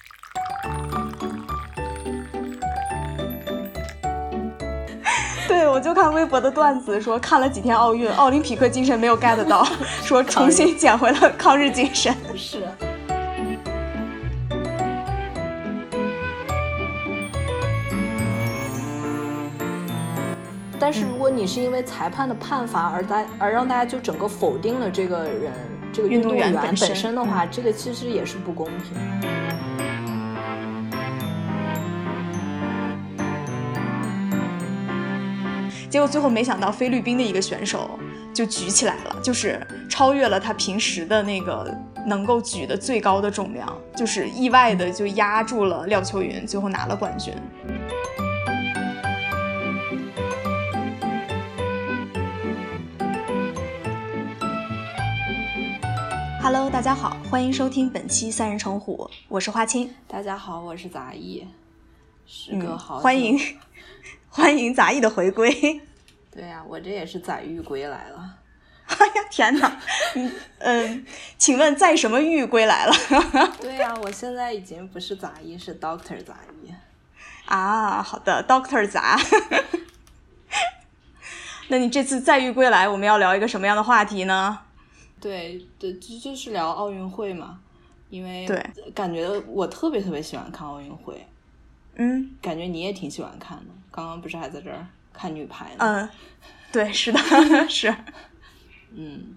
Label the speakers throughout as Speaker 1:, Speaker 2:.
Speaker 1: 我就看微博的段子说，看了几天奥运，奥林匹克精神没有 get 到，说重新捡回了抗日精神。
Speaker 2: 是。但是如果你是因为裁判的判罚而大而让大家就整个否定了这个人这个
Speaker 1: 运
Speaker 2: 运
Speaker 1: 动
Speaker 2: 动
Speaker 1: 员
Speaker 2: 员
Speaker 1: 本
Speaker 2: 本
Speaker 1: 身
Speaker 2: 身嗯的话，这个其实也是不公平。
Speaker 1: 结果最后没想到菲律宾的一个选手就举起来了，就是超越了他平时的那个能够举的最高的重量，就是意外的就压住了廖秋云，最后拿了冠军。Hello，大家好，欢迎收听本期三人成虎，我是花青，
Speaker 2: 大家好，我是杂艺，时
Speaker 1: 嗯
Speaker 2: 隔好、
Speaker 1: 欢迎。 欢迎杂艺的回归。
Speaker 2: 对呀、我这也是载誉归来了。
Speaker 1: 哎呀，天哪！嗯嗯，请问在什么狱归来了？
Speaker 2: 对呀、我现在已经不是杂艺，是 Doctor 杂艺。
Speaker 1: 啊，好的，Doctor 杂。 那你这次再狱归来，我们要聊一个什么样的话题呢？
Speaker 2: 对对，就就是聊奥运会嘛，因为
Speaker 1: 对
Speaker 2: 感觉我特别特别喜欢看奥运会，
Speaker 1: 嗯
Speaker 2: 感觉你也挺喜欢看的。刚刚不是还在这儿看女排呢？
Speaker 1: 嗯，对，是的， 是。
Speaker 2: 嗯，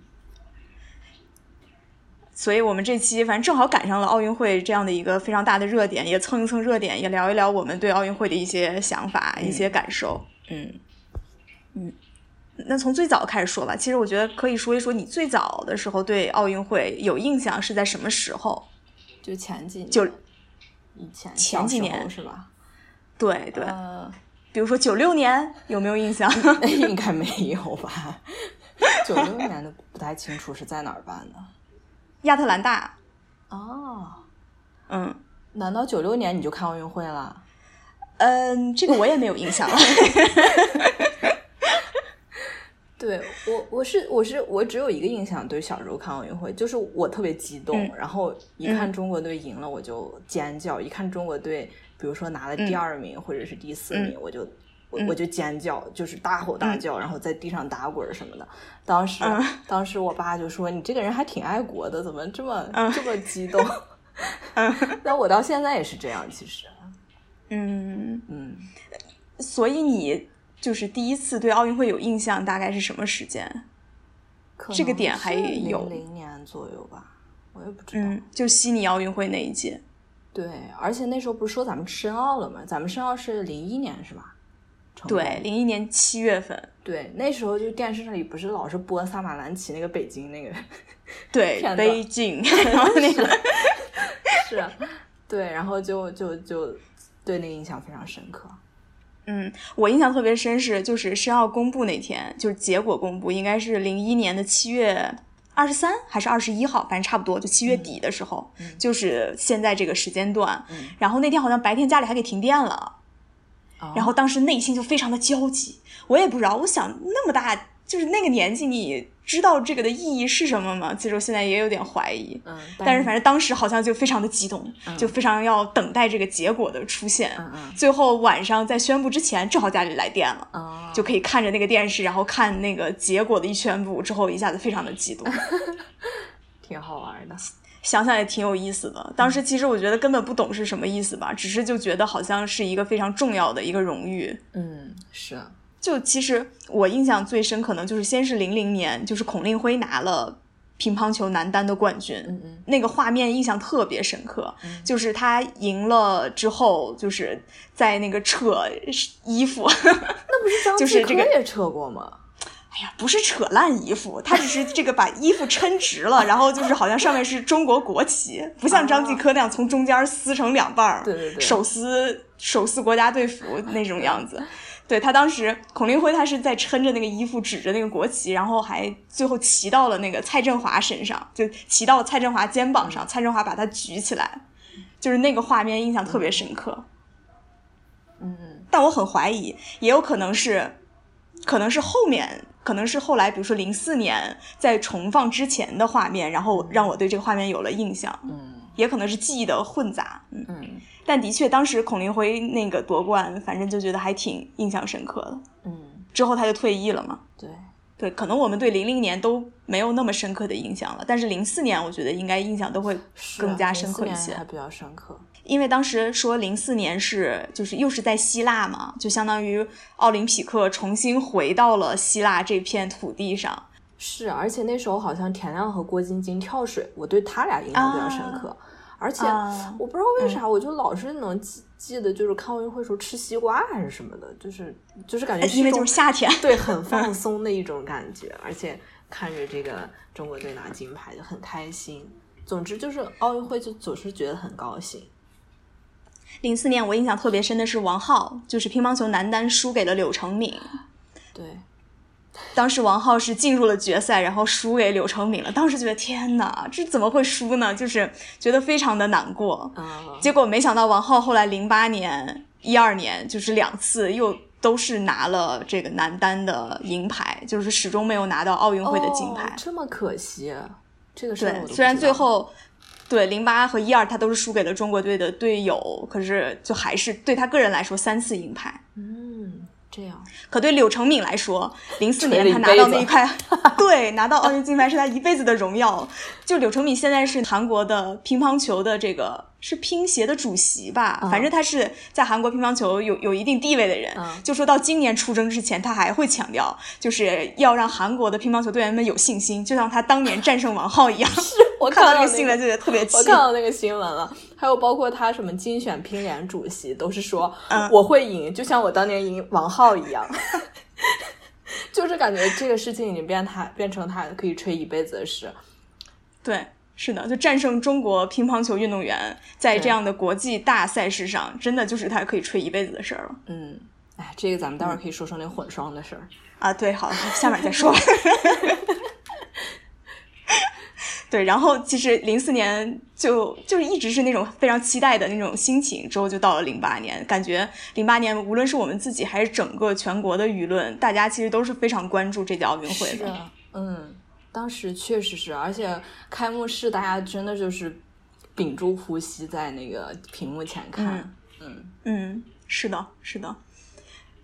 Speaker 1: 所以我们这期反正正好赶上了奥运会这样的一个非常大的热点，也蹭一蹭热点，也聊一聊我们对奥运会的一些想法、一些感受。嗯
Speaker 2: 嗯，
Speaker 1: 那从最早开始说吧，其实我觉得可以说一说你最早的时候对奥运会有印象是在什么时候？
Speaker 2: 就前几年，
Speaker 1: 就
Speaker 2: 以前
Speaker 1: 前
Speaker 2: 小
Speaker 1: 几
Speaker 2: 时
Speaker 1: 年
Speaker 2: 候是吧？
Speaker 1: 对对，
Speaker 2: 呃，
Speaker 1: 比如说九六年有没有印象？
Speaker 2: 应该没有吧？九六年的不太清楚是在哪儿办的。
Speaker 1: 亚特兰大，
Speaker 2: 哦，
Speaker 1: 嗯
Speaker 2: 难道九六年你就看奥运会了？
Speaker 1: 嗯，这个我也没有印象了。
Speaker 2: 对我，我是我是我只有一个印象，对小时候看奥运会，就是我特别激动，
Speaker 1: 嗯
Speaker 2: 然后一看中国队赢了我就尖叫，一看中国队比如说拿了
Speaker 1: 嗯
Speaker 2: 第二名或者是第四名，我就我我就尖叫，就是大吼大叫，然后在地上打滚什么的。当时、
Speaker 1: 嗯
Speaker 2: 当时我爸就说：“你这个人还挺爱国的，怎么这么、
Speaker 1: 嗯
Speaker 2: 这么激动？” 但我到现在也是这样，其实，
Speaker 1: 嗯，
Speaker 2: 嗯。
Speaker 1: 所以你就是第一次对奥运会有印象，大概是什么时间？
Speaker 2: 可
Speaker 1: 这个点还有
Speaker 2: 零年左右吧，我也不知道。
Speaker 1: 嗯，就悉尼奥运会那一届。
Speaker 2: 对，而且那时候不是说咱们申奥了吗？咱们申奥是零一年是吧？成功
Speaker 1: 对，零一年七月份，
Speaker 2: 对，那时候就电视里不是老是播萨马兰奇那个北京那个，
Speaker 1: 对，
Speaker 2: 片段
Speaker 1: 北京，然后那个，
Speaker 2: 是啊，对，然后就就就对那个印象非常深刻。
Speaker 1: 嗯，我印象特别深是，就是申奥公布那天，就是结果公布，应该是零一年的七月二十三还是二十一号，反正差不多，就七月底的时候，就是现在这个时间段。
Speaker 2: 嗯哦
Speaker 1: 然后那天好像白天家里还给停电了，
Speaker 2: 啊
Speaker 1: 然后当时内心就非常的焦急，我也不知道，我想那么大，就是那个年纪，你知道这个的意义是什么吗？其实我现在也有点怀疑，
Speaker 2: 嗯，
Speaker 1: 但是
Speaker 2: 是
Speaker 1: 反正当时好像就非常的激动，
Speaker 2: 嗯
Speaker 1: 就非常要等待这个结果的出现。
Speaker 2: 嗯嗯
Speaker 1: 最后晚上在宣布之前，正好家里来电了。
Speaker 2: 啊，
Speaker 1: 就可以看着那个电视，然后看那个结果的一宣布之后，一下子非常的激动，
Speaker 2: 嗯挺好玩的。
Speaker 1: 想想也挺有意思
Speaker 2: 嗯
Speaker 1: 的。当时其实我觉得根本不懂是什么意思吧，只是就觉得好像是一个非常重要的一个荣誉，
Speaker 2: 嗯，是
Speaker 1: 就其实我印象最深，可能就是先是零零年，就是孔令辉拿了乒乓球男单的冠军，
Speaker 2: 嗯嗯
Speaker 1: 那个画面印象特别深刻。就是他赢了之后，就是在那个扯衣服，
Speaker 2: 那不是张
Speaker 1: 就是
Speaker 2: 继
Speaker 1: 这
Speaker 2: 科
Speaker 1: 个
Speaker 2: 也撤过吗？
Speaker 1: 哎呀，不是扯烂衣服，他只是这个把衣服抻直了，然后就是好像上面是中国国旗，不像张继科那样从中间撕成两半儿，
Speaker 2: 哦对对对
Speaker 1: 手撕手撕国家队服那种样 子。对他当时，孔令辉他是在抻着那个衣服，指着那个国旗，然后还最后骑到了那个蔡振华身上，就骑到了蔡振华肩膀
Speaker 2: 嗯
Speaker 1: 上，蔡振华把他举起来，就是那个画面印象特别深刻。
Speaker 2: 嗯
Speaker 1: 但我很怀疑，也有可能是，可能是后面，可能是后来，比如说零四年在重放之前的画面，然后让我对这个画面有了印象，
Speaker 2: 嗯
Speaker 1: 也可能是记忆的混杂。嗯，
Speaker 2: 嗯
Speaker 1: 但的确，当时孔令辉那个夺冠，反正就觉得还挺印象深刻的。
Speaker 2: 嗯，
Speaker 1: 之后他就退役了嘛。
Speaker 2: 对，
Speaker 1: 对，可能我们对零零年都没有那么深刻的印象了，但是零四年我觉得应该印象都会
Speaker 2: 是啊
Speaker 1: 更加深刻一
Speaker 2: 04
Speaker 1: 些，
Speaker 2: 年还比较深刻。
Speaker 1: 因为当时说零四年是就是又是在希腊嘛，就相当于奥林匹克重新回到了希腊这片土地上。
Speaker 2: 是，而且那时候好像田亮和郭晶晶跳水，我对他俩印象比较深刻。而且
Speaker 1: 啊
Speaker 2: 我不知道为啥，我就老是能记记得，就是看奥运会时候吃西瓜还是什么的，就是哎就是感觉
Speaker 1: 哎因为
Speaker 2: 一
Speaker 1: 就
Speaker 2: 种
Speaker 1: 是夏天，
Speaker 2: 对很放松的一种感觉，而且看着这个中国队拿金牌就很开心。总之就是奥运会就总是觉得很高兴。
Speaker 1: 零四年我印象特别深的是王浩，就是乒乓球男单输给了柳成敏。
Speaker 2: 对，
Speaker 1: 当时王浩是进入了决赛，然后输给柳成敏了。当时觉得天哪，这怎么会输呢？就是觉得非常的难过。
Speaker 2: 嗯，
Speaker 1: 结果没想到王浩后来零八年、一二年就是两次又都是拿了这个男单的银牌，就是始终没有拿到奥运会的金牌
Speaker 2: 哦。这么可惜，啊这个事儿我都
Speaker 1: 对，
Speaker 2: 不
Speaker 1: 虽然
Speaker 2: 知
Speaker 1: 最
Speaker 2: 道
Speaker 1: 后对零八和一二他都是输给了中国队的队友，可是就还是对他个人来说三次银牌。
Speaker 2: 嗯这样，
Speaker 1: 可对柳成敏来说，零四
Speaker 2: 锤
Speaker 1: 年
Speaker 2: 了
Speaker 1: 他拿
Speaker 2: 一
Speaker 1: 到
Speaker 2: 辈
Speaker 1: 那
Speaker 2: 子
Speaker 1: 一 块，对，拿到奥运金牌是他一辈子的荣耀。就柳成敏现在是韩国的乒乓球的这个是乒协的主席吧，
Speaker 2: 嗯
Speaker 1: 反正他是在韩国乒乓球有有一定地位的人。
Speaker 2: 嗯
Speaker 1: 就说到今年出征之前，他还会强调，就是要让韩国的乒乓球队员们有信心，就像他当年战胜王浩 一样。
Speaker 2: 我
Speaker 1: 看到
Speaker 2: 那
Speaker 1: 这
Speaker 2: 个
Speaker 1: 个新闻就觉得特别气
Speaker 2: 我。看到那个新闻了，还有包括他什么竞选乒联主席，都是说、
Speaker 1: 嗯
Speaker 2: 我会赢，就像我当年赢王浩一样， 就是感觉这个事情已经变他变成他可以吹一辈子的事。
Speaker 1: 对，是的，就战胜中国乒乓球运动员，在这样的国际大赛事上，真的就是他可以吹一辈子的事儿了。
Speaker 2: 嗯，哎，这个咱们待会儿可以说说那混双的事儿。
Speaker 1: 啊，对，好，下面再说。 对，然后其实零四年就就是一直是那种非常期待的那种心情，之后就到了零八年，感觉零八年无论是我们自己还是整个全国的舆论，大家其实都是非常关注这届奥运会
Speaker 2: 是
Speaker 1: 的。
Speaker 2: 啊，嗯，当时确实是，而且开幕式大家真的就是屏住呼吸在那个屏幕前看。嗯
Speaker 1: 嗯，是的，是的。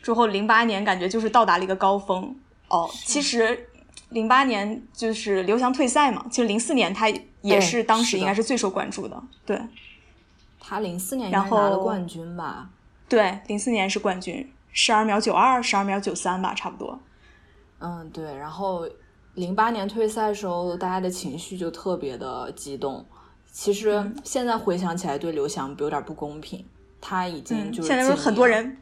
Speaker 1: 之后零八年感觉就是到达了一个高峰哦。其实零八年就是刘翔退赛嘛，其实零四年他也
Speaker 2: 哎
Speaker 1: 是当时
Speaker 2: 是的
Speaker 1: 应该是最受关注的。对
Speaker 2: 他零四年应
Speaker 1: 然
Speaker 2: 该是拿了
Speaker 1: 后
Speaker 2: 冠军吧？
Speaker 1: 对，零四年是冠军，十二秒九二，十二秒九三吧，差不多。
Speaker 2: 嗯，对。然后零八年退赛的时候，大家的情绪就特别的激动。其
Speaker 1: 嗯
Speaker 2: 实现在回想起来，对刘翔有点不公平。他已经就
Speaker 1: 嗯
Speaker 2: 是
Speaker 1: 现在有
Speaker 2: 尽
Speaker 1: 很
Speaker 2: 力
Speaker 1: 多
Speaker 2: 了，
Speaker 1: 人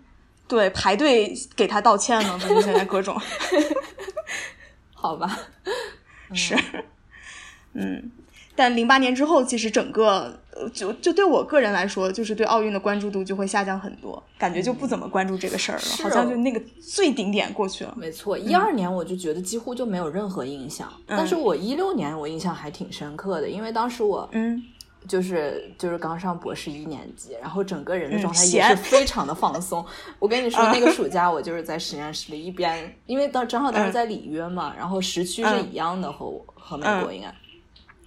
Speaker 1: 对排队给他道歉呢，反正现在各 种。
Speaker 2: 好吧？
Speaker 1: 是，嗯，但零八年之后，其实整个呃就就对我个人来说，就是对奥运的关注度就会下降很多，感觉就不怎么关注这个事儿了，
Speaker 2: 是
Speaker 1: 好
Speaker 2: 哦
Speaker 1: 像就那个最顶点过去了。
Speaker 2: 没错，一二年我就觉得几乎就没有任何印象，
Speaker 1: 嗯
Speaker 2: 但是我一六年我印象还挺深刻的，因为当时我
Speaker 1: 嗯，
Speaker 2: 就是就是刚上博士一年级，然后整个人的
Speaker 1: 嗯
Speaker 2: 状态也
Speaker 1: 闲嗯
Speaker 2: 是非常的放松。我跟你说，那个暑假我就是在实验室里一边，因为当正好
Speaker 1: 嗯
Speaker 2: 当时在里约嘛，然后时区是一样的，和我和美
Speaker 1: 嗯
Speaker 2: 国应该。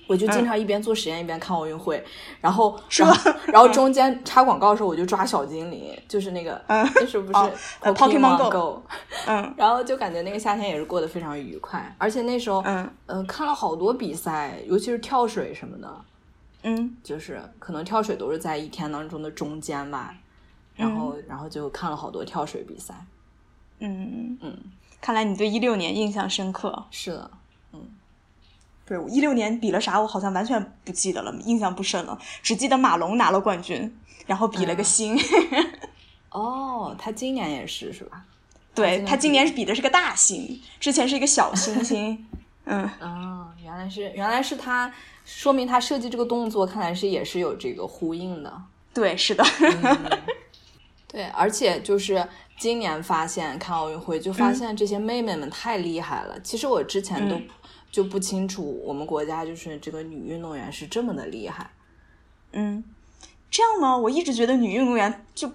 Speaker 2: 我就经常一边做实验一边看奥运会，然后
Speaker 1: 是吗嗯
Speaker 2: 然后然后中间插广告的时候我就抓小精灵，就是那个
Speaker 1: 嗯
Speaker 2: 就是不是
Speaker 1: 哦呃 Pokemon Go
Speaker 2: Go，
Speaker 1: 嗯
Speaker 2: 然后就感觉那个夏天也是过得非常愉快，而且那时候
Speaker 1: 嗯
Speaker 2: 呃看了好多比赛，尤其是跳水什么的，
Speaker 1: 嗯
Speaker 2: 就是可能跳水都是在一天当中的中间吧，然后、然后就看了好多跳水比赛。
Speaker 1: 嗯
Speaker 2: 嗯，
Speaker 1: 看来你对一六年印象深刻。
Speaker 2: 是的，
Speaker 1: 对，我一六年比了啥，我好像完全不记得了，印象不深了，只记得马龙拿了冠军，然后比了个心。
Speaker 2: 哦，他今年也是是吧？
Speaker 1: 对他
Speaker 2: 他今
Speaker 1: 今
Speaker 2: 年
Speaker 1: 年是比的是个大星，之前是一个小 星星。嗯，
Speaker 2: 啊、原来是原来是他，说明他设计这个动作看来是也是有这个呼应的。
Speaker 1: 对，是的。
Speaker 2: 对，而且就是今年发现看奥运会，就发现这些妹妹们太厉害了。其实我之前都
Speaker 1: 嗯
Speaker 2: 就不清楚我们国家就是这个女运动员是这么的厉 害。
Speaker 1: 嗯，这样吗？我一直觉得女运动员就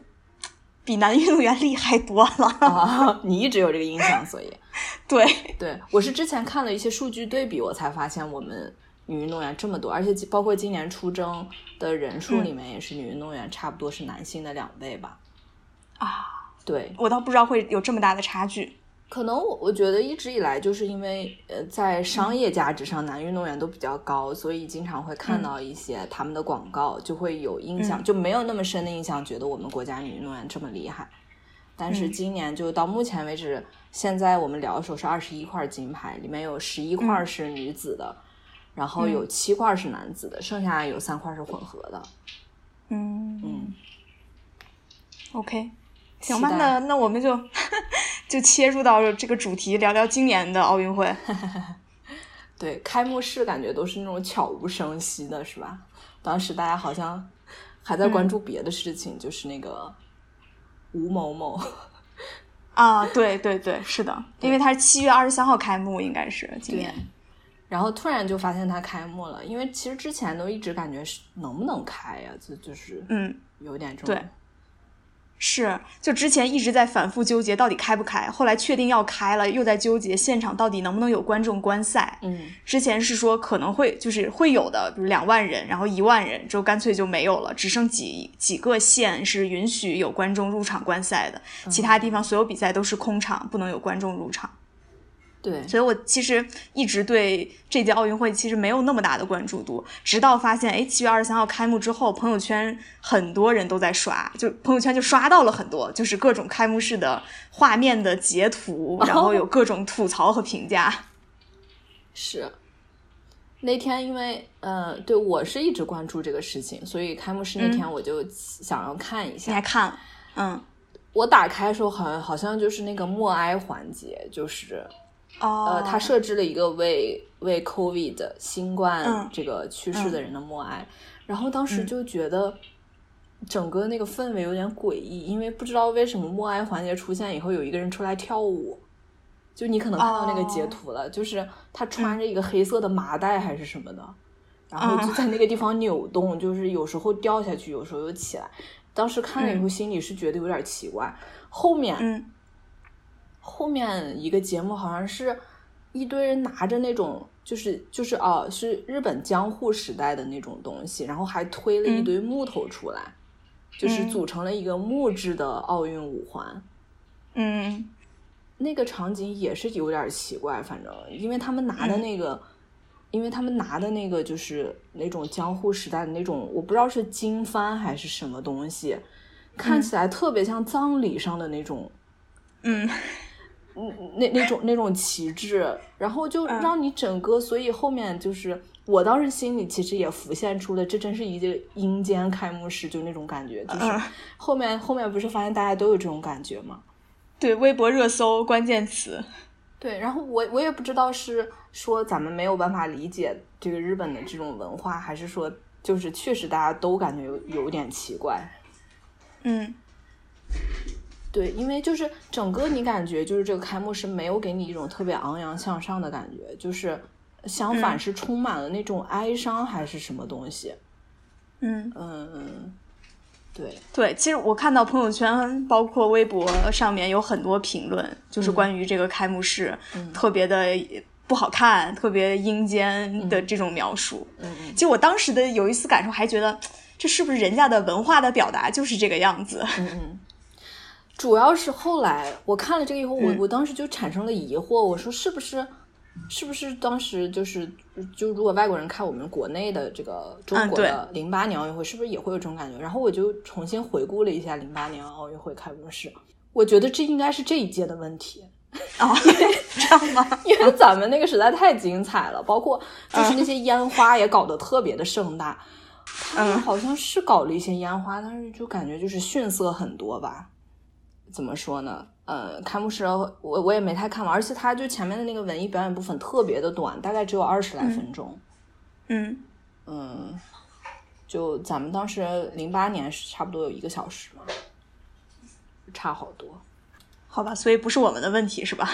Speaker 1: 比男运动员厉害多了。
Speaker 2: 啊，你一直有这个印象，所以
Speaker 1: 对，
Speaker 2: 对我是之前看了一些数据对比，我才发现我们女运动员这么多，而且包括今年出征的人数里面，也是女运动员差不多是男性的两倍吧。
Speaker 1: 啊，
Speaker 2: 对，
Speaker 1: 我倒不知道会有这么大的差距。
Speaker 2: 可能我我觉得一直以来就是因为呃，在商业价值上，男运动员都比较高，所以经常会看到一些他们的广告，就会有印象，
Speaker 1: 嗯
Speaker 2: 就没有那么深的印象，觉得我们国家女运动员这么厉害。但是
Speaker 1: 嗯
Speaker 2: 今年就到目前为止，现在我们聊的时候是二十一块金牌，里面有十一块
Speaker 1: 嗯
Speaker 2: 是女子的，然后有七块是男子的，剩下有三块是混合的。
Speaker 1: 嗯
Speaker 2: 嗯，
Speaker 1: ，OK，
Speaker 2: 期
Speaker 1: 行吧，
Speaker 2: 待
Speaker 1: 那那我们就 就切入到这个主题，聊聊今年的奥运会。
Speaker 2: 对，开幕式感觉都是那种悄无声息的，是吧？当时大家好像还在
Speaker 1: 嗯
Speaker 2: 关注别的事情，就是那个吴某某，
Speaker 1: 啊，对对对，是的，因为它是七月二十三号开幕，应该是今年。
Speaker 2: 然后突然就发现他开幕了，因为其实之前都一直感觉是能不能开呀、就就是
Speaker 1: 嗯，
Speaker 2: 有点这种
Speaker 1: 对是，就之前一直在反复纠结到底开不开，后来确定要开了，又在纠结现场到底能不能有观众观赛。
Speaker 2: 嗯，
Speaker 1: 之前是说可能会就是会有的，比如两万人，然后一万人，之后干脆就没有了，只剩几几个县是允许有观众入场观赛的，
Speaker 2: 嗯
Speaker 1: 其他地方所有比赛都是空场，不能有观众入场。
Speaker 2: 对，
Speaker 1: 所以我其实一直对这届奥运会其实没有那么大的关注度，直到发现，哎，七月二十三号开幕之后，朋友圈很多人都在刷，就朋友圈就刷到了很多，就是各种开幕式的画面的截 图，然后有各种吐槽和评价。
Speaker 2: 是。那天因为呃，对我是一直关注这个事情，所以开幕式那天我就想要看一
Speaker 1: 嗯
Speaker 2: 下
Speaker 1: 你。还看了？嗯，
Speaker 2: 我打开的时候好像好像就是那个默哀环节，就是
Speaker 1: 哦
Speaker 2: 呃，他设置了一个为为 COVID 新冠
Speaker 1: 嗯
Speaker 2: 这个去世的人的默哀，然后当时就觉得整个那个氛围有点诡异，因为不知道为什么默哀环节出现以后，有一个人出来跳舞，就你可能看到那个
Speaker 1: 哦
Speaker 2: 截图了，就是
Speaker 1: 嗯
Speaker 2: 他穿着一个黑色的麻袋还是什么的，然后
Speaker 1: 嗯
Speaker 2: 就在那个地方扭动，就是有时候掉下去，有时候又起来。当时看了以后，心里是觉得有点奇怪。后面
Speaker 1: 嗯
Speaker 2: 后面一个节目好像是一堆人拿着那种，就是就是哦、是日本江户时代的那种东西，然后还推了一堆木头出来，就是
Speaker 1: 嗯
Speaker 2: 组成了一个木质的奥运五环。
Speaker 1: 嗯
Speaker 2: 那个场景也是有点奇怪，反正因为他们拿
Speaker 1: 嗯
Speaker 2: 的那个，因为他们拿的那个就是那种江户时代的那种，我不知道是经幡还是什么东西，看起来特别像葬礼上的那种
Speaker 1: 嗯，
Speaker 2: 那那种那种旗帜，然后就
Speaker 1: 嗯
Speaker 2: 让你整个，所以后面就是我当时心里其实也浮现出了，这真是一个阴间开幕式，就那种感觉，就是
Speaker 1: 嗯
Speaker 2: 后面后面不是发现大家都有这种感觉吗？
Speaker 1: 对，微博热搜关键词。
Speaker 2: 对，然后我我也不知道是说咱们没有办法理解这个日本的这种文化，还是说就是确实大家都感觉有有点奇怪，
Speaker 1: 嗯
Speaker 2: 对，因为就是整个你感觉就是这个开幕式没有给你一种特别昂扬向上的感觉，就是相反是充满了那种哀伤还是什么东西。
Speaker 1: 嗯。
Speaker 2: 嗯，对，
Speaker 1: 对，其实我看到朋友圈，包括微博上面有很多评论，就是关于这个开幕式、特别的不好看、特别阴间的这种描述。
Speaker 2: 嗯嗯
Speaker 1: 其实我当时的有一丝感受，还觉得这是不是人家的文化的表达就是这个样子？
Speaker 2: 嗯嗯。主要是后来我看了这个以后，我
Speaker 1: 嗯
Speaker 2: 我当时就产生了疑惑，我说是不是，是不是当时就是就如果外国人看我们国内的这个中
Speaker 1: 嗯
Speaker 2: 国
Speaker 1: 对
Speaker 2: 的零八年奥运会，是不是也会有这种感觉？然后我就重新回顾了一下零八年奥哦运会开幕式，我觉得这应该是这一届的问题。
Speaker 1: 啊、这样吗？
Speaker 2: 因为咱们那个实在太精彩了，包括就是
Speaker 1: 嗯
Speaker 2: 那些烟花也搞得特别的盛大。他
Speaker 1: 嗯
Speaker 2: 们 好像是搞了一些烟花，但是就感觉就是逊色很多吧。怎么说呢？呃，开幕式我我也没太看完，而且他就前面的那个文艺表演部分特别的短，大概只有二十来分钟。
Speaker 1: 嗯
Speaker 2: 嗯就咱们当时零八年是差不多有一个小时嘛，差好多。
Speaker 1: 好吧，所以不是我们的问题是吧？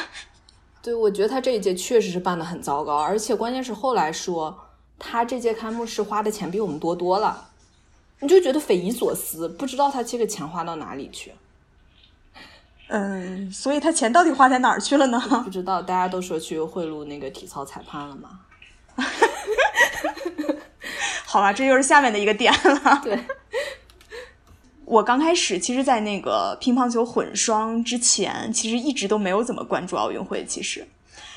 Speaker 2: 对，我觉得他这一届确实是办得很糟糕，而且关键是后来说他这届开幕式花的钱比我们多多了，你就觉得匪夷所思，不知道他这个钱花到哪里去，
Speaker 1: 嗯，所以他钱到底花在哪儿去了呢？
Speaker 2: 不知道大家都说去贿赂那个体操裁判了吗？
Speaker 1: 好吧，这就是下面的一个点了。
Speaker 2: 对，
Speaker 1: 我刚开始其实，在那个乒乓球混双之前，其实一直都没有怎么关注奥运会。其实，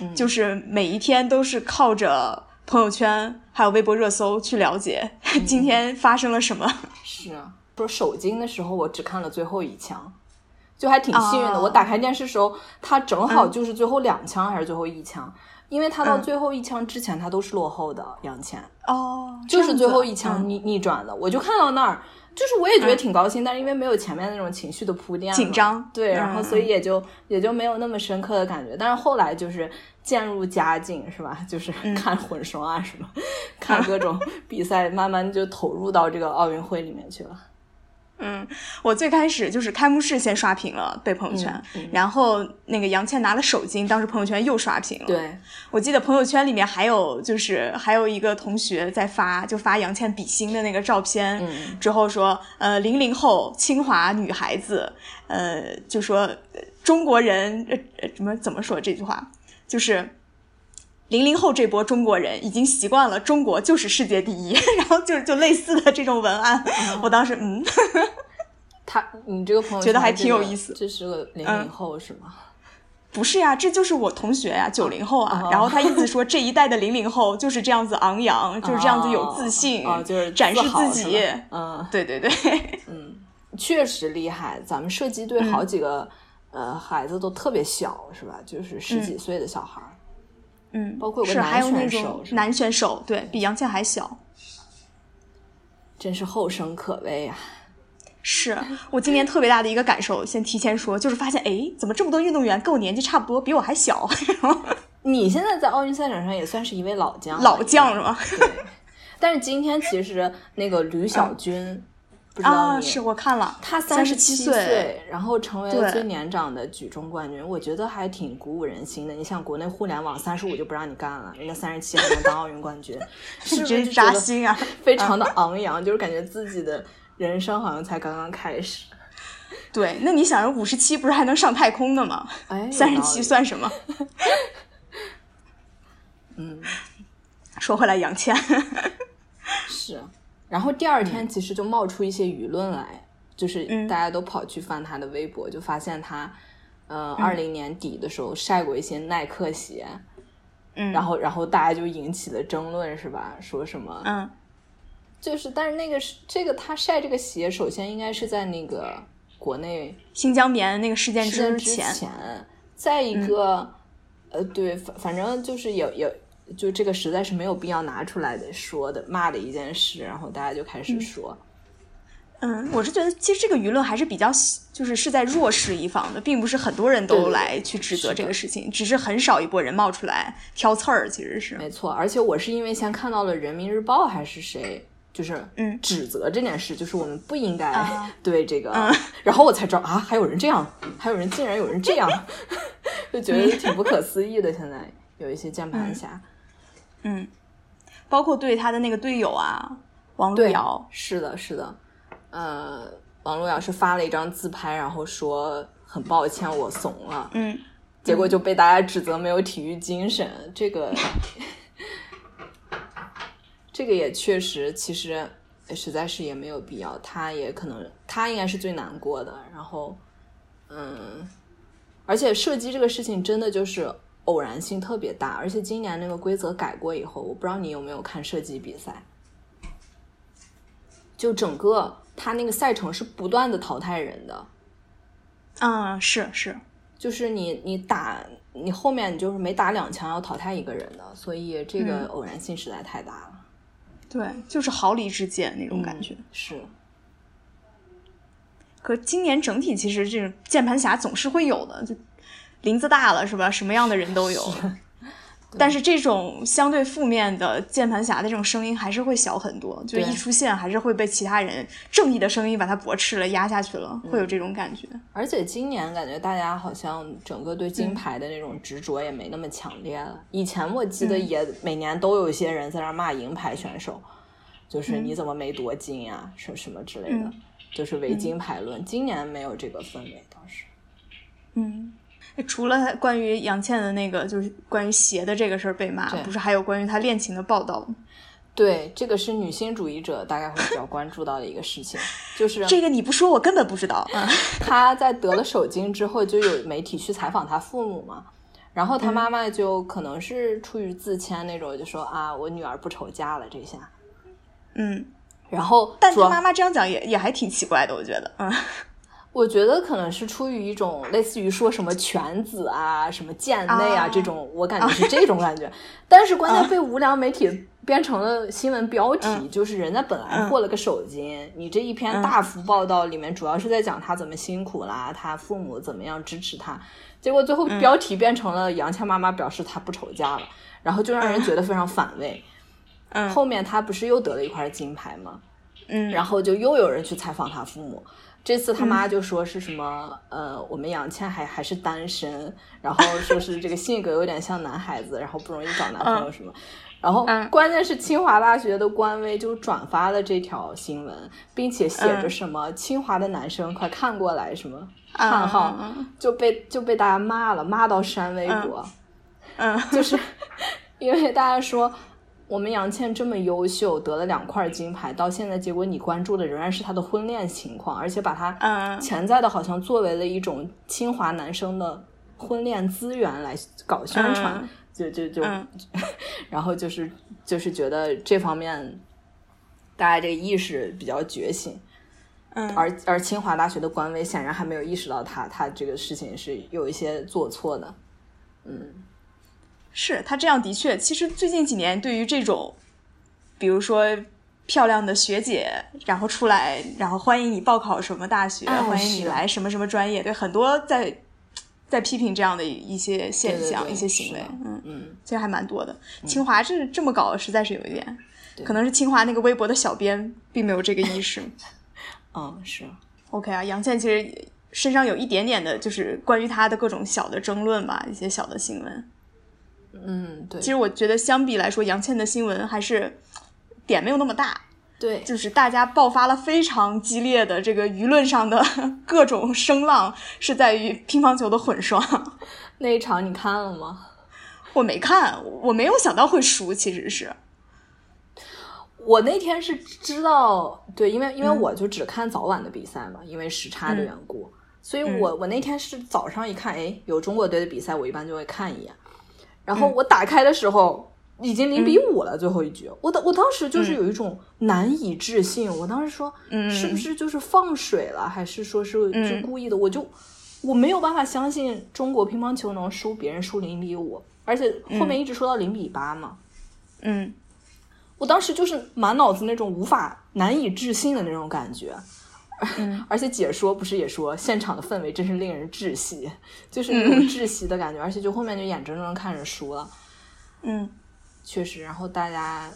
Speaker 2: 嗯
Speaker 1: 就是每一天都是靠着朋友圈还有微博热搜去了解
Speaker 2: 嗯
Speaker 1: 今天发生了什么。
Speaker 2: 是啊，说首金的时候，我只看了最后一枪，就还挺幸运的。
Speaker 1: 哦
Speaker 2: 我打开电视时候，他正好就是最后两枪还是最后一枪，因为他到
Speaker 1: 嗯
Speaker 2: 最后一枪之前，他都是落后的两千。
Speaker 1: 哦，
Speaker 2: 就是最后
Speaker 1: 这
Speaker 2: 一
Speaker 1: 样子嗯
Speaker 2: 枪逆、逆转的，我就看到那儿，就是我也觉得挺高兴，但是因为没有前面那种情绪的铺垫嘛，
Speaker 1: 紧张
Speaker 2: 对，
Speaker 1: 嗯
Speaker 2: 然后所以也就、也就没有那么深刻的感觉。但是后来就是渐入佳境，是吧？ 就是
Speaker 1: 嗯
Speaker 2: 看混双啊 什么，看各种比赛，慢慢就投入到这个奥运会里面去了。
Speaker 1: 嗯，我最开始就是开幕式先刷屏了，被朋友圈，
Speaker 2: 嗯
Speaker 1: 然后那个杨倩拿了首金，当时朋友圈又刷屏了。，
Speaker 2: 对，
Speaker 1: 我记得朋友圈里面还有就是还有一个同学在发，就发杨倩比心的那个照片，
Speaker 2: 嗯
Speaker 1: 之后说，呃，零零后清华女孩子，呃，就说呃中国人，呃，呃怎么怎么说这句话，就是。零零后这波中国人已经习惯了中国就是世界第一， 然后就就类似的这种文案，我当时嗯，
Speaker 2: 他你这个朋友
Speaker 1: 觉得
Speaker 2: 圈
Speaker 1: 还
Speaker 2: 这
Speaker 1: 挺有
Speaker 2: 个
Speaker 1: 意思
Speaker 2: 这是个零
Speaker 1: 嗯
Speaker 2: 零后是吗？
Speaker 1: 不是呀、这就是我同学呀、9九零后啊。
Speaker 2: 哦
Speaker 1: 然后他一直说 这一代的零零后就是这样子昂扬，就是这样子有自信，
Speaker 2: 啊啊，哦就是
Speaker 1: 展示
Speaker 2: 豪
Speaker 1: 自
Speaker 2: 是
Speaker 1: 己。
Speaker 2: 吧嗯。
Speaker 1: 对 对对，
Speaker 2: 确实厉害，咱们射击队好
Speaker 1: 嗯
Speaker 2: 几个、呃孩子都特别小，是吧？就是十几岁的小孩儿。
Speaker 1: 嗯，
Speaker 2: 包括有个
Speaker 1: 是
Speaker 2: 男
Speaker 1: 还有那
Speaker 2: 选手
Speaker 1: 种
Speaker 2: 是吧嗯
Speaker 1: 男选手，对比杨倩还小。
Speaker 2: 真是后生可畏啊！
Speaker 1: 是我今年特别大的一个感受，先提前说，就是发现，哎，怎么这么多运动员跟我年纪差不多，比我还小，
Speaker 2: 啊你现在在奥运赛场上也算是一位老将 了，
Speaker 1: 老将是吗？
Speaker 2: 对。但是今天其实那个吕小军，不知
Speaker 1: 嗯
Speaker 2: 道
Speaker 1: 啊，
Speaker 2: 你，
Speaker 1: 是我看了，
Speaker 2: 他三
Speaker 1: 三
Speaker 2: 十
Speaker 1: 七
Speaker 2: 岁，然后成为
Speaker 1: 对
Speaker 2: 了最年长的举重冠军，我觉得还挺鼓舞人心的。你像国内互联网三十五就不让你干了，人家三十七还能当奥运冠 军，是不
Speaker 1: 真是
Speaker 2: 是就觉
Speaker 1: 扎
Speaker 2: 得
Speaker 1: 心 啊！
Speaker 2: 非常的昂扬，就是感觉自己的人生好像才刚刚开始。
Speaker 1: 对，那你想，五十七不是还能上太空呢吗？
Speaker 2: 哎，
Speaker 1: 三十七
Speaker 2: 岁，
Speaker 1: 算 什么？
Speaker 2: 嗯，
Speaker 1: 说回来，杨 倩，
Speaker 2: 是。然后第二天其实就冒出一些舆论来，就是
Speaker 1: 嗯
Speaker 2: 大家都跑去翻他的微博，就发现他，呃，二零年底的时候晒过一些耐克鞋，
Speaker 1: 嗯，
Speaker 2: 然后然后大家就引起了争论，是吧？说什么？
Speaker 1: 嗯，
Speaker 2: 就是，但是那个是这个他晒这个鞋，首先应该是在那个国内
Speaker 1: 新疆棉那个事件
Speaker 2: 事件
Speaker 1: 之
Speaker 2: 之
Speaker 1: 前，嗯
Speaker 2: 再一个，呃，对，反反正就是有有，就这个实在是没有必要拿出来的说的骂的一件事，然后大家就开始说，
Speaker 1: 嗯，我是觉得其实这个舆论还是比较喜，就是是在弱势一方的，并不是很多人
Speaker 2: 对对
Speaker 1: 都
Speaker 2: 对
Speaker 1: 来去指
Speaker 2: 是
Speaker 1: 责
Speaker 2: 的
Speaker 1: 这个事情，只是很少一波人冒出来挑刺儿，其实是，
Speaker 2: 没错，而且我是因为先看到了人民日报还是谁。就是
Speaker 1: 嗯
Speaker 2: 指责这件事，就是我们不应该
Speaker 1: 啊
Speaker 2: 对这个，然后我才知道啊，还有人这样，还有人竟然有人这样， 就觉得挺不可思议的。现在有一些键盘侠，
Speaker 1: 嗯，包括对他的那个队友啊，王璐
Speaker 2: 对，
Speaker 1: 瑶，
Speaker 2: 是的，是的，呃，王璐瑶是发了一张自拍，然后说很抱歉，我怂了，
Speaker 1: 嗯，
Speaker 2: 结果就被大家指责没有体育精神，这 个，这个也确实，其实实在是也没有必要，他也可能他应该是最难过的，然后，嗯，而且射击这个事情真的就是。偶然性特别大，而且今年那个规则改过以后，我不知道你有没有看射击比赛，就整个他那个赛程是不断的淘汰人的，
Speaker 1: 啊，是是，
Speaker 2: 就是你你打你后面你就是每打两枪要淘汰一个人的，所以这个
Speaker 1: 嗯
Speaker 2: 偶然性实在太大了。
Speaker 1: 对，就是毫厘之间那种
Speaker 2: 嗯
Speaker 1: 感觉。
Speaker 2: 是，
Speaker 1: 可今年整体其实这种键盘侠总是会有的，就林子大了是吧？什么样的人都有。 但是这种相对负面的键盘侠的这种声音还是会小很多，就
Speaker 2: 对
Speaker 1: 一出现还是会被其他人正义的声音把它驳斥了、压下去了，
Speaker 2: 嗯
Speaker 1: 会有这种感觉。
Speaker 2: 而且今年感觉大家好像整个对
Speaker 1: 嗯
Speaker 2: 金牌的那种执着也没那么强烈了。以前我记
Speaker 1: 嗯
Speaker 2: 得也每年都有一些人在那儿骂银牌选手，就是你怎么没夺金呀、什么什么之类的，
Speaker 1: 嗯
Speaker 2: 就是唯金牌论。今年没有这个氛围，倒是。
Speaker 1: 嗯，除了关于杨倩的那个，就是关于鞋的这个事儿被骂
Speaker 2: 对，
Speaker 1: 不是还有关于她恋情的报道吗？
Speaker 2: 对，这个是女性主义者大概会比较关注到的一个事情，就是
Speaker 1: 这个你不说我根本不知道。嗯，
Speaker 2: 她在得了手经之后，就有媒体去采访她父母嘛，然后她
Speaker 1: 嗯
Speaker 2: 妈妈就可能是出于自谦那种，就说啊，我女儿不愁嫁了这下。
Speaker 1: 嗯，
Speaker 2: 然后
Speaker 1: 但她妈妈这样讲也也还挺奇怪的，我觉得。嗯，
Speaker 2: 我觉得可能是出于一种类似于说什么犬子啊、什么贱内啊、
Speaker 1: 啊
Speaker 2: 这种，我感觉是这种 感觉，但是关键被无良媒体。变成了新闻标题，
Speaker 1: 嗯
Speaker 2: 就是人家本来获了个首金，你这一篇大幅报道里面主要是在讲他怎么辛苦啦，他父母怎么样支持他，结果最后
Speaker 1: 嗯
Speaker 2: 标题变成了杨倩妈妈表示她不愁嫁了，然后就让人觉得非常反胃。
Speaker 1: 嗯
Speaker 2: 后面她不是又得了一块金牌吗？
Speaker 1: 嗯
Speaker 2: 然后就又有人去采访她父母。这次他妈就说是什么，呃，我们杨倩还还是单身，然后说是这个性格有点像男孩子，然后不容易找男朋友什么。然后
Speaker 1: 嗯
Speaker 2: 关键是清华大学的官微就转发了这条新闻，并且写着什么、清华的男生快看过来什么叹号，
Speaker 1: 嗯嗯
Speaker 2: 就被就被大家骂了，骂到删微博。
Speaker 1: 嗯
Speaker 2: 就是因为大家说我们杨倩这么优秀，得了两块金牌，到现在结果你关注的仍然是她的婚恋情况，而且把她
Speaker 1: 嗯
Speaker 2: 潜在的好像作为了一种清华男生的婚恋资源来搞宣传，
Speaker 1: 嗯
Speaker 2: 就就就，
Speaker 1: 嗯
Speaker 2: 然后就是就是觉得这方面大家这个意识比较觉醒。
Speaker 1: 嗯
Speaker 2: 而而清华大学的官微显然还没有意识到他他这个事情是有一些做错的，
Speaker 1: 是他这样的确，其实最近几年对于这种，比如说漂亮的学姐，然后出来，然后欢迎你报考什么大学，
Speaker 2: 哎
Speaker 1: 欢迎你
Speaker 2: 是
Speaker 1: 来什么什么专业，对很多在在批评这样的一些现
Speaker 2: 对对
Speaker 1: 象、
Speaker 2: 对
Speaker 1: 一些行为
Speaker 2: 是的，
Speaker 1: 嗯，
Speaker 2: 嗯。
Speaker 1: 其实还蛮多的。清华这这么搞，实在是有一点，
Speaker 2: 对
Speaker 1: 可能是清华那个微博的小编并没有这个意 识。
Speaker 2: 嗯，是，
Speaker 1: OK 哦啊，杨倩其实身上有一点点的，就是关于她的各种小的争论吧，一些小的新闻。
Speaker 2: 嗯，对，
Speaker 1: 其实我觉得相比来说，杨倩的新闻还是点没有那么大，
Speaker 2: 对，
Speaker 1: 就是大家爆发了非常激烈的这个舆论上的 各种声浪，是在于乒乓球的混双。
Speaker 2: 那一场你看了吗？
Speaker 1: 我没看，我没有想到会输，其实是，
Speaker 2: 我那天是知道，对，因为因为
Speaker 1: 嗯
Speaker 2: 我就只看早晚的比赛嘛，因为时差的缘故，所以
Speaker 1: 嗯
Speaker 2: 我、我那天是早上一看，哎，有中国队的比赛，我一般就会看一眼。然
Speaker 1: 嗯
Speaker 2: 后我打开的时候，已经零比五了，最后一局，我当我当时就是有一种难以置信，我当时说，
Speaker 1: 嗯
Speaker 2: 是不是就是放水了，还是说是
Speaker 1: 嗯
Speaker 2: 就故意的？我就我没有办法相信中国乒乓球能输别人输零比五，而且后面一直说到零比八嘛。
Speaker 1: 嗯
Speaker 2: 我当时就是满脑子那种无法难以置信的那种感觉。
Speaker 1: 嗯
Speaker 2: 而且解说不是也说，现场的氛围真是令人窒息，就是那种窒息的感觉，而且就后面就眼睁睁地看着输了，
Speaker 1: 嗯，
Speaker 2: 确实，然后大家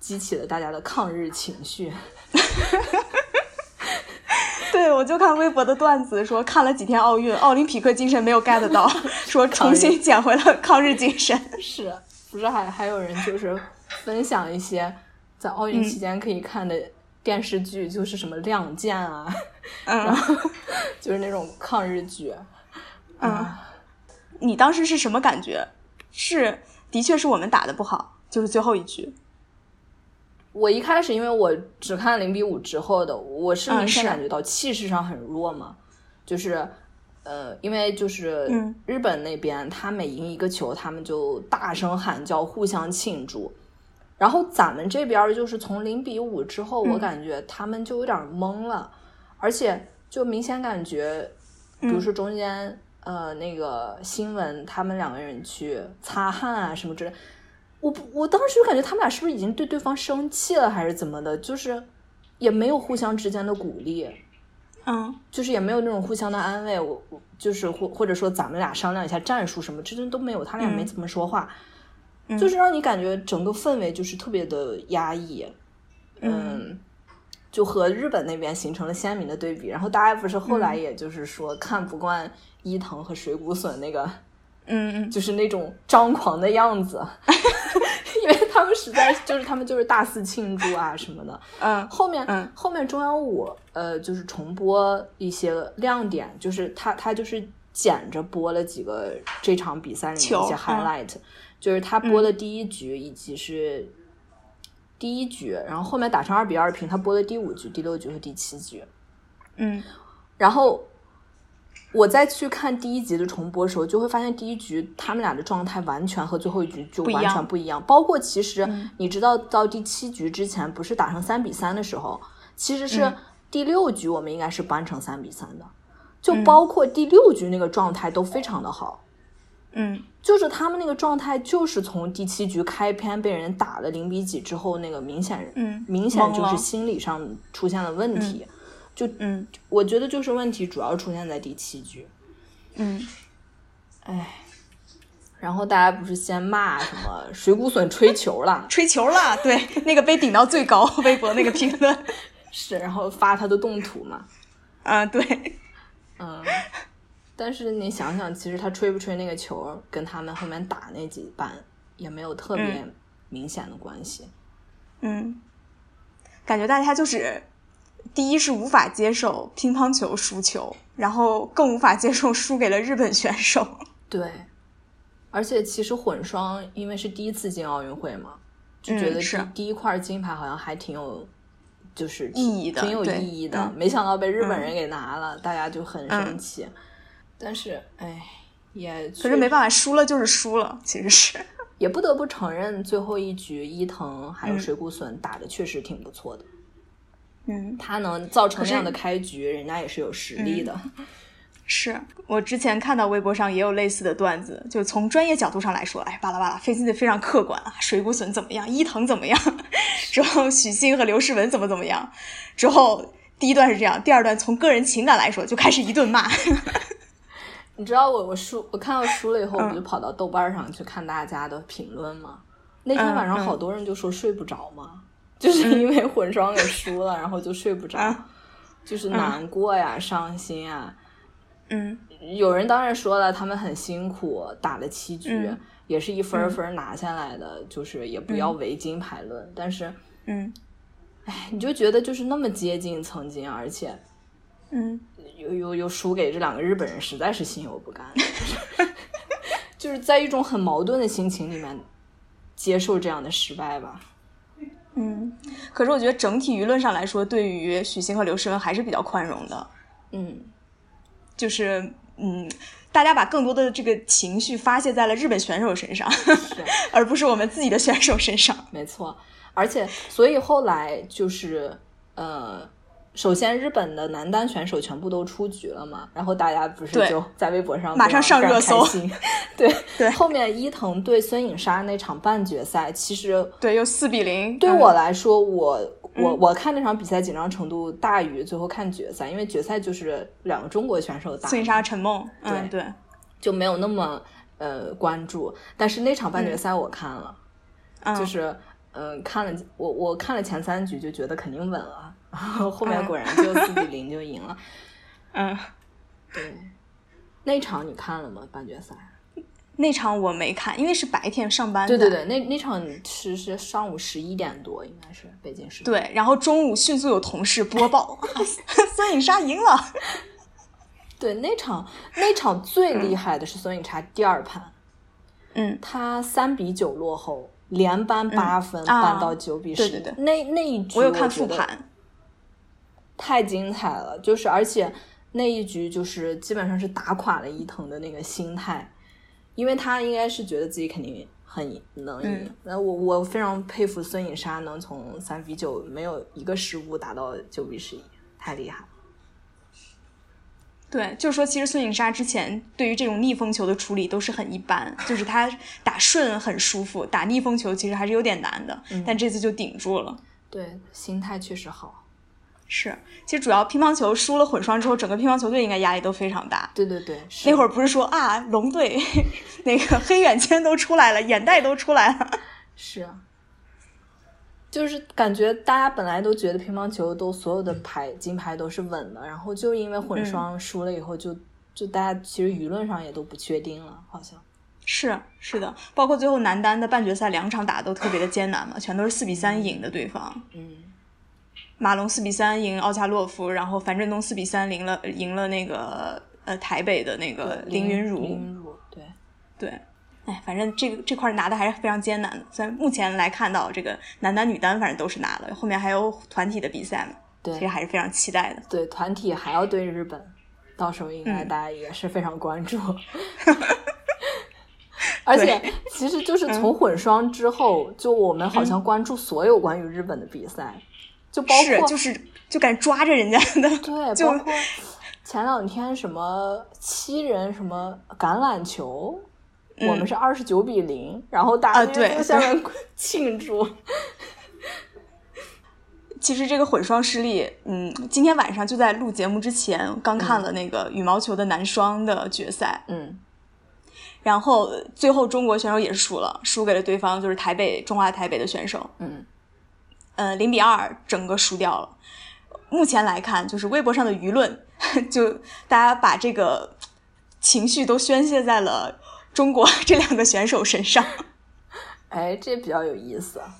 Speaker 2: 激起了大家的抗日情绪。
Speaker 1: 对，我就看微博的段子说看了几天奥运，奥林匹克精神没有 get 到，说重新捡回了抗日精神。
Speaker 2: 是不是还还有人就是分享一些在奥运
Speaker 1: 嗯
Speaker 2: 期间可以看的电视剧，就是什么《亮剑》啊， 然
Speaker 1: 嗯
Speaker 2: 后就是那种抗日剧。啊
Speaker 1: 嗯，你当时是什么感觉？是，的确是我们打的不好，就是最后一局。
Speaker 2: 我一开始因为我只看零比五之后的，我是
Speaker 1: 嗯
Speaker 2: 明显
Speaker 1: 是
Speaker 2: 感觉到气势上很弱嘛，就是，呃，因为就是
Speaker 1: 嗯
Speaker 2: 日本那边他每赢一个球，他们就大声喊叫，互相庆祝。然后咱们这边儿就是从零比五之后，
Speaker 1: 嗯
Speaker 2: 我感觉他们就有点懵了，而且就明显感觉，
Speaker 1: 嗯
Speaker 2: 比如说中间、呃那个新闻，他们两个人去擦汗啊什么之类，我不，我当时就感觉他们俩是不是已经对对方生气了，还是怎么的？就是也没有互相之间的鼓励，
Speaker 1: 嗯
Speaker 2: 就是也没有那种互相的安慰。我我就是或或者说咱们俩商量一下战术什么，这些都没有，他俩没怎么说话，就是让你感觉整个氛围就是特别的压抑。嗯。就和日本那边形成了鲜明的对比，然后大家不是后来也就是说看不惯伊藤和水谷隼那个
Speaker 1: 嗯嗯
Speaker 2: 就是那种张狂的样子，啊 因为他们实在就是他们就是大肆庆祝啊什么的。
Speaker 1: 嗯
Speaker 2: 后面、
Speaker 1: 嗯
Speaker 2: 后面中央五呃就是重播一些亮点，就是他他就是捡着播了几个这场比赛里面
Speaker 1: 球
Speaker 2: 一些
Speaker 1: 嗯
Speaker 2: highlight，、就是他播了第一局以及是第一局，然后后面打成二比二平，他播的第五局、第六局和第七局。
Speaker 1: 嗯
Speaker 2: 然后我再去看第一集的重播的时候，就会发现第一局他们俩的状态完全和最后一局就
Speaker 1: 不一
Speaker 2: 完
Speaker 1: 样嗯
Speaker 2: 全不一样。包括其实你知道到第七局之前，不是打成三比三的时候，其实是
Speaker 1: 嗯
Speaker 2: 第六局我们应该是扳成三比三的，就包括第六局那个状态都非常的好。
Speaker 1: 嗯
Speaker 2: 就是他们那个状态，就是从第七局开篇被人打了零比几之后，那个明显，
Speaker 1: 嗯
Speaker 2: 明显
Speaker 1: 懵
Speaker 2: 就
Speaker 1: 了
Speaker 2: 是心理上出现了问题。就
Speaker 1: 嗯
Speaker 2: 我觉得就是问题主要出现在第七局，
Speaker 1: 嗯，
Speaker 2: 哎，然后大家不是先骂什么水谷隼吹球了，
Speaker 1: 吹球了，对，那个被顶到最高， 微博那个评论，
Speaker 2: 是，然后发他的动图嘛，
Speaker 1: 啊，对，
Speaker 2: 嗯，但是你想想，其实他吹不吹那个球，跟他们后面打那几板也没有特别明显的关系。
Speaker 1: 嗯，感觉大家就是，第一是无法接受乒乓球输球，然后更无法接受输给了日本选手。
Speaker 2: 对，而且其实混双因为是第一次进奥运会嘛，就觉
Speaker 1: 嗯
Speaker 2: 得第、
Speaker 1: 是
Speaker 2: 第一块金牌好像还挺有。就是挺
Speaker 1: 意义的
Speaker 2: 挺有
Speaker 1: 对
Speaker 2: 意义的。
Speaker 1: 嗯
Speaker 2: 没想到被日本人给拿了，大家就很生
Speaker 1: 嗯
Speaker 2: 气。但是，哎，也
Speaker 1: 可
Speaker 2: 可
Speaker 1: 是没办法，输了就是输了，其实是，
Speaker 2: 也不得不承认，最后一局伊藤还有
Speaker 1: 嗯
Speaker 2: 水谷隼打的确实挺不错的。
Speaker 1: 嗯，
Speaker 2: 他能造成
Speaker 1: 可
Speaker 2: 那
Speaker 1: 是嗯
Speaker 2: 样的开局，人家也是有实力的。
Speaker 1: 是我之前看到微博上也有类似的段子，就从专业角度上来说，哎，巴拉巴拉，分析的非常客观啊，水谷隼怎么样，伊藤怎么样， 之后许昕和刘诗雯怎么怎么样，之后第一段是这样，第二段从个人情感来说就开始一顿骂，
Speaker 2: 你知道我我输我看到输了以后，
Speaker 1: 嗯
Speaker 2: 我就跑到豆瓣上去看大家的评论嘛。那
Speaker 1: 嗯
Speaker 2: 天晚上好多人就说睡不着嘛，就是因为混双给输了，然后就睡不着，
Speaker 1: 嗯
Speaker 2: 就是难过呀、伤心啊。
Speaker 1: 嗯
Speaker 2: 有人当然说了，他们很辛苦，打了七局，
Speaker 1: 嗯
Speaker 2: 也是一分儿分儿拿下来的，就是也不要唯金牌论。但是哎
Speaker 1: 嗯
Speaker 2: 你就觉得就是那么接近曾经，而且
Speaker 1: 嗯，
Speaker 2: 又又又输给这两个日本人，实在是心有不甘，就是在一种很矛盾的心情里面接受这样的失败吧。
Speaker 1: 嗯，可是我觉得整体舆论上来说，对于许昕和刘诗雯还是比较宽容的，
Speaker 2: 嗯，
Speaker 1: 就是嗯，大家把更多的这个情绪发泄在了日本选手身上，
Speaker 2: 是
Speaker 1: 而不是我们自己的选手身上。
Speaker 2: 没错，而且所以后来就是呃。首先，日本的男单选手全部都出局了嘛，然后大家不是
Speaker 1: 对
Speaker 2: 就在微博上
Speaker 1: 马上
Speaker 2: 非
Speaker 1: 上
Speaker 2: 常
Speaker 1: 热搜，
Speaker 2: 非常开心 对
Speaker 1: 对
Speaker 2: 后面伊藤对孙颖莎那场半决赛，其实
Speaker 1: 对，又四比零，
Speaker 2: 对
Speaker 1: 嗯
Speaker 2: 我来说，我我我看这场比赛紧张程度大于最后看决赛，因为决赛就是两个中国选手打，
Speaker 1: 孙颖莎、陈梦，嗯，对，
Speaker 2: 就没有那么呃关注。但是那场半决赛我看了，
Speaker 1: 嗯，
Speaker 2: 就是嗯、呃看了我我看了前三局就觉得肯定稳了，然后后面果然就四比零就赢了。
Speaker 1: 嗯，
Speaker 2: 对，那场你看了吗？半决赛？
Speaker 1: 啊那场我没看，因为是白天上班
Speaker 2: 对
Speaker 1: 的，
Speaker 2: 对对，那那场是是上午十一点多，应该是北京时间。
Speaker 1: 对然后中午迅速有同事播 报， 啊孙颖莎赢了，
Speaker 2: 对，那场那场最厉害的是孙颖莎第二盘。
Speaker 1: 嗯
Speaker 2: 他三比九落后，连扳八分，
Speaker 1: 啊
Speaker 2: 扳到九比十、
Speaker 1: 对对对
Speaker 2: 那那一局
Speaker 1: 我有看
Speaker 2: 觉
Speaker 1: 复
Speaker 2: 得
Speaker 1: 盘，
Speaker 2: 太精彩了，就是而且那一局就是基本上是打垮了伊藤的那个心态，因为他应该是觉得自己肯定很能赢
Speaker 1: 嗯。
Speaker 2: 那、我我非常佩服孙颖莎能从三比九没有一个失误打到九比十一，太厉害了。
Speaker 1: 对，就是说，其实孙颖莎之前对于这种逆风球的处理都是很一 般，就是她打顺很舒服，打逆风球其实还是有点难的，
Speaker 2: 嗯
Speaker 1: 但这次就顶住了。
Speaker 2: 对，心态确实好。
Speaker 1: 是，其实主要乒乓球输了混双之后，整个乒乓球队应该压力都非常大。
Speaker 2: 对对对，是
Speaker 1: 那会儿不是说啊，龙队 那个黑眼圈都出来了，眼袋都出来了。
Speaker 2: 是，就是感觉大家本来都觉得乒乓球都所有的牌金牌都是稳的，然后就因为混双输了以后就，就大家其实舆论上也都不确定了，好像。
Speaker 1: 是是的，包括最后男单的半决赛两场打得都特别的艰难嘛，全都是四比三赢的对方。
Speaker 2: 嗯，
Speaker 1: 马龙四比三赢奥恰洛夫，然后樊振东四比三赢了赢了那个呃台北的那个林云
Speaker 2: 林
Speaker 1: 如。
Speaker 2: 云如对，
Speaker 1: 对，哎，反正这个这块拿的还是非常艰难的。虽然目前来看到这个男单、女单，反正都是拿了，后面还有团体的比赛嘛，
Speaker 2: 对
Speaker 1: 其实还是非常期待的。
Speaker 2: 对，团体还要对日本，到时候应该大家也是非常关注。而且，其实就是从混双之后，就我们好像关注所有关于日本的比赛，就包
Speaker 1: 是，
Speaker 2: 括
Speaker 1: 就是就敢抓着人家的，
Speaker 2: 对，
Speaker 1: 就
Speaker 2: 包括前两天什么七人什么橄榄球，我们是二十九比零，然后大
Speaker 1: 嗯啊
Speaker 2: 家就
Speaker 1: 对
Speaker 2: 在下面 庆祝。
Speaker 1: 其实这个混双失利，嗯，今天晚上就在录节目之前，刚看了那个羽毛球的男双的决赛，
Speaker 2: 嗯，
Speaker 1: 然后最后中国选手也是输了，输给了对方就是台北中华台北的选手，
Speaker 2: 嗯，
Speaker 1: 呃，零比二整个输掉了。目前来看，就是微博上的舆论， 就大家把这个情绪都宣泄在了中国这两个选手身上。
Speaker 2: 哎，这比较有意思。啊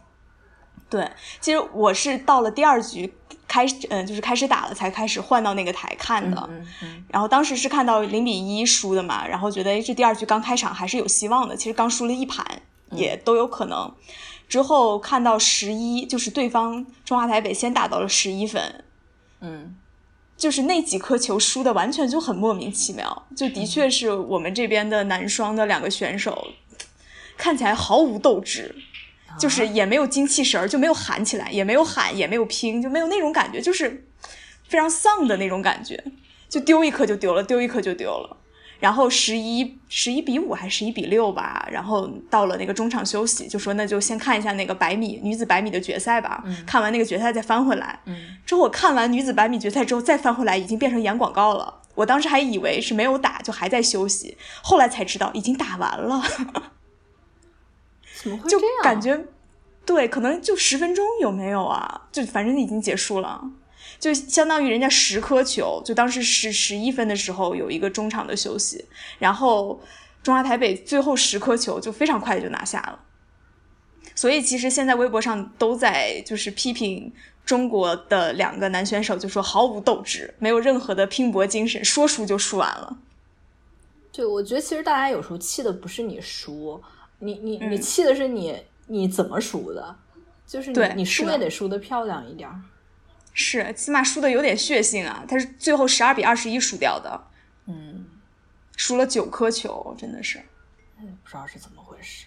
Speaker 1: 对，其实我是到了第二局开始，嗯、就是开始打了，才开始换到那个台看的。
Speaker 2: 嗯嗯
Speaker 1: 然后当时是看到零比一输的嘛，然后觉得诶这第二局刚开场还是有希望的，其实刚输了一盘也都有可能。之后看到十一，就是对方中华台北先打到了十一分，
Speaker 2: 嗯，
Speaker 1: 就是那几颗球输的完全就很莫名其妙，就的确是我们这边的男双的两个选手看起来毫无斗志，就是也没有精气神儿，就没有喊起来，也没有喊，也没有拼，就没有那种感觉，就是非常丧的那种感觉，就丢一颗就丢了，丢一颗就丢了。然后十一十一比五还是十一比六吧，然后到了那个中场休息，就说那就先看一下那个百米女子百米的决赛吧，看完那个决赛再翻回来。
Speaker 2: 嗯，
Speaker 1: 之后我看完女子百米决赛之后再翻回来，已经变成演广告了。我当时还以为是没有打，就还在休息，后来才知道已经打完了，
Speaker 2: 怎么会这
Speaker 1: 就
Speaker 2: 样？啊
Speaker 1: 感觉对，可能就十分钟有没有啊？就反正已经结束了，就相当于人家十颗球，就当时十十一分的时候有一个中场的休息，然后中华台北最后十颗球就非常快就拿下了。所以其实现在微博上都在就是批评中国的两个男选手，就说毫无斗志，没有任何的拼搏精神，说输就输完了。
Speaker 2: 对，我觉得其实大家有时候气的不是你输，你你你
Speaker 1: 嗯
Speaker 2: 气的是你你怎么输的，就是你
Speaker 1: 对
Speaker 2: 你输
Speaker 1: 是
Speaker 2: 也
Speaker 1: 的
Speaker 2: 得输的漂亮一点儿。
Speaker 1: 是，起码输的有点血性啊，他是最后十二比二十一输掉的，
Speaker 2: 嗯，
Speaker 1: 输了九颗球，真的是
Speaker 2: 嗯不知道是怎么回事。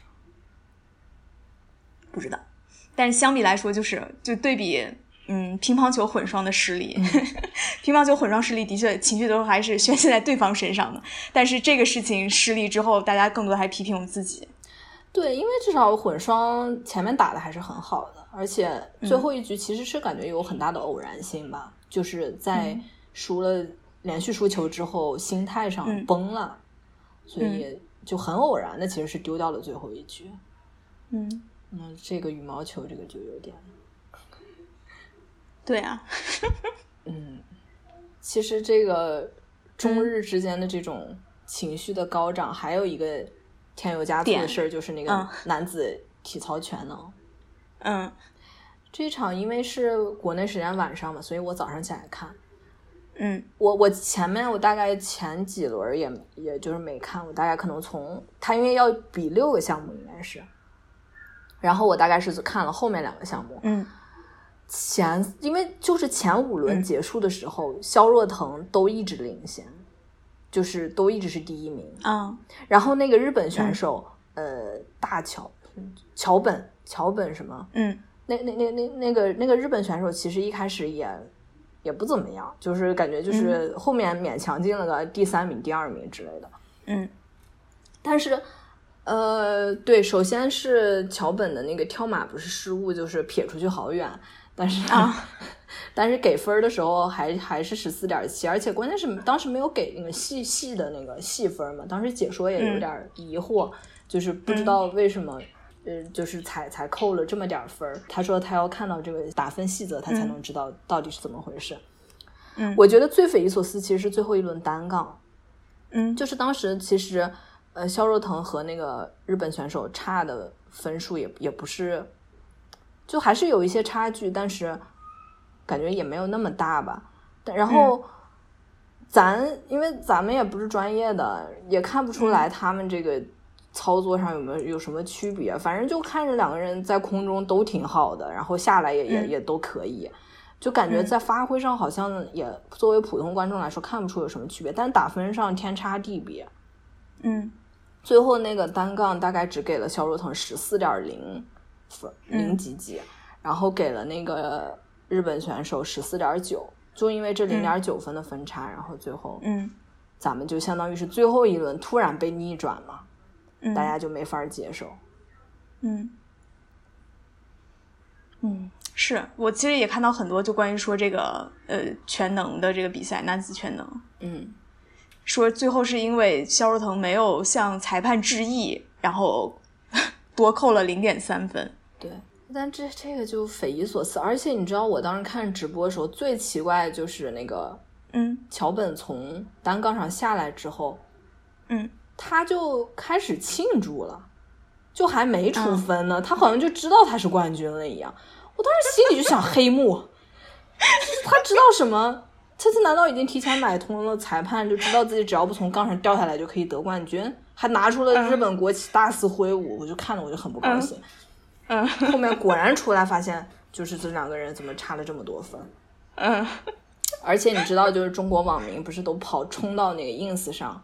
Speaker 1: 不知道。但是相比来说，就是就对比，嗯，乒乓球混双的失利， 乒乓球混双失利的确情绪都还是宣泄在对方身上的。但是这个事情失利之后，大家更多的还批评我们自己。
Speaker 2: 对，因为至少混双前面打的还是很好的，而且
Speaker 1: 嗯
Speaker 2: 最后一局其实是感觉有很大的偶然性吧，就是
Speaker 1: 嗯
Speaker 2: 在输了连续输球之后，心态上
Speaker 1: 嗯
Speaker 2: 崩了，所以就很偶然的其实是丢掉了最后一局。
Speaker 1: 嗯，
Speaker 2: 那这个羽毛球这个就有点，
Speaker 1: 对啊，
Speaker 2: 嗯，其实这个
Speaker 1: 嗯
Speaker 2: 中日之间的这种情绪的高涨，还有一个添油加醋的
Speaker 1: 点
Speaker 2: 事儿，就是那
Speaker 1: 嗯
Speaker 2: 个男子体操全能。
Speaker 1: 嗯
Speaker 2: 这一场因为是国内时间晚上嘛，所以我早上起来看。
Speaker 1: 嗯
Speaker 2: 我我前面我大概前几轮也也就是没看，我大概可能从他因为要比六个项目应该是，然后我大概是看了后面两个项目。
Speaker 1: 嗯
Speaker 2: 前因为就是前五轮结束的时候，肖若腾都一直领先，就是都一直是第一名。
Speaker 1: 啊
Speaker 2: 然后那个日本选手，呃，大乔嗯桥本桥本什么？
Speaker 1: 嗯
Speaker 2: 那那那那那个那个日本选手其实一开始也也不怎么样，就是感觉
Speaker 1: 嗯
Speaker 2: 就是后面勉强进了个第三名、第二名之类的。
Speaker 1: 嗯
Speaker 2: 但是，呃，对，首先是桥本的那个跳马不是失误，就是撇出去好远，但是
Speaker 1: 啊，
Speaker 2: 但是给分儿的时候还还是十四点七，而且关键是当时没有给那个细细的那个细分儿嘛，当时解说也有点儿疑惑，就是不知道为什么。呃，就是才才扣了这么点儿分儿，他说他要看到这个打分细则，他才能知道到底是怎么回事。
Speaker 1: 嗯
Speaker 2: 我觉得最匪夷所思其实是最后一轮单杠，
Speaker 1: 嗯
Speaker 2: 就是当时其实，呃，肖若腾和那个日本选手差的分数也也不是，就还是有一些差距，但是感觉也没有那么大吧。但然
Speaker 1: 嗯
Speaker 2: 后、
Speaker 1: 嗯
Speaker 2: 咱因为咱们也不是专业的，也看不出来他们这个操作上有没有有什么区别？反正就看着两个人在空中都挺好的，然后下来也也、
Speaker 1: 嗯
Speaker 2: 也都可以，就感觉在发挥上好像也作为普通观众来说看不出有什么区别，但打分上天差地别。
Speaker 1: 嗯
Speaker 2: 最后那个单杠大概只给了肖若腾十四点零分零
Speaker 1: 嗯
Speaker 2: 几几，然后给了那个日本选手十四点九，就因为这零点九分的分差，然后最后
Speaker 1: 嗯
Speaker 2: 咱们就相当于是最后一轮突然被逆转嘛，
Speaker 1: 嗯，
Speaker 2: 大家就没法接受。
Speaker 1: 嗯，嗯，是我其实也看到很多就关于说这个呃全能的这个比赛，男子全能，
Speaker 2: 嗯，
Speaker 1: 说最后是因为肖若腾没有向裁判致意，然后 多扣了零点三分。
Speaker 2: 对。但这这个就匪夷所思，而且你知道我当时看直播的时候最奇怪的就是那个
Speaker 1: 嗯
Speaker 2: 桥本从单杠上下来之后，
Speaker 1: 嗯，
Speaker 2: 他就开始庆祝了，就还没出分呢，他好像就知道他是冠军了一样。我当时心里就想黑幕，就是他知道什么？这次难道已经提前买通了裁判，就知道自己只要不从杠上掉下来就可以得冠军？还拿出了日本国旗大肆挥舞，我就看得我就很不高兴。
Speaker 1: 嗯
Speaker 2: 后面果然出来发现，就是这两个人怎么差了这么多分？
Speaker 1: 嗯
Speaker 2: 而且你知道，就是中国网民不是都跑冲到那个 ins 上，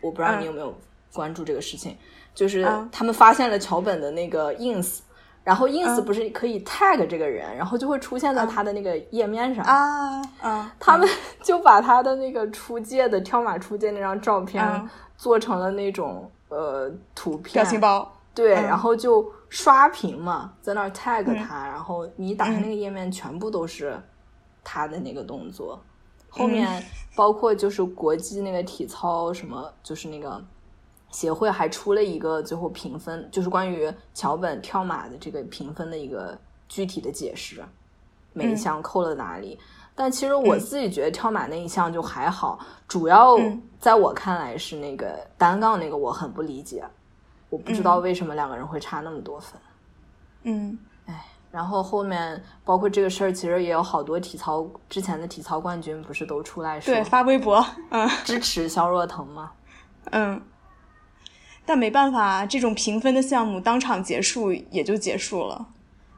Speaker 2: 我不知道你有没有关注这个事情，就是
Speaker 1: 嗯
Speaker 2: 他们发现了桥本的那个 ins，然后 ins
Speaker 1: 嗯
Speaker 2: 不是可以 tag 这个人，然后就会出现在他的那个页面上。
Speaker 1: 啊啊，
Speaker 2: 他们 就把他的那个出界的跳马出界那张照片
Speaker 1: 嗯
Speaker 2: 做成了那种呃图片
Speaker 1: 表情包。
Speaker 2: 对，啊
Speaker 1: 嗯
Speaker 2: 然后就刷屏嘛，在那儿 tag 他，然后你打开
Speaker 1: 嗯
Speaker 2: 那个页面，全部都是他的那个动作。后
Speaker 1: 嗯
Speaker 2: 面包括就是国际那个体操什么，就是那个协会还出了一个最后评分，就是关于桥本跳马的这个评分的一个具体的解释，
Speaker 1: 嗯
Speaker 2: 每一项扣了哪里。但其实我自己觉得跳马那一项就还好，主要
Speaker 1: 嗯
Speaker 2: 在我看来是那个单杠那个我很不理解，我不知道为什么两个人会差那么多分。
Speaker 1: 嗯
Speaker 2: 然后后面包括这个事儿，其实也有好多体操之前的体操冠军不是都出来说
Speaker 1: 对，发微博。嗯
Speaker 2: 支持肖若腾吗？
Speaker 1: 嗯。但没办法，这种评分的项目当场结束也就结束了。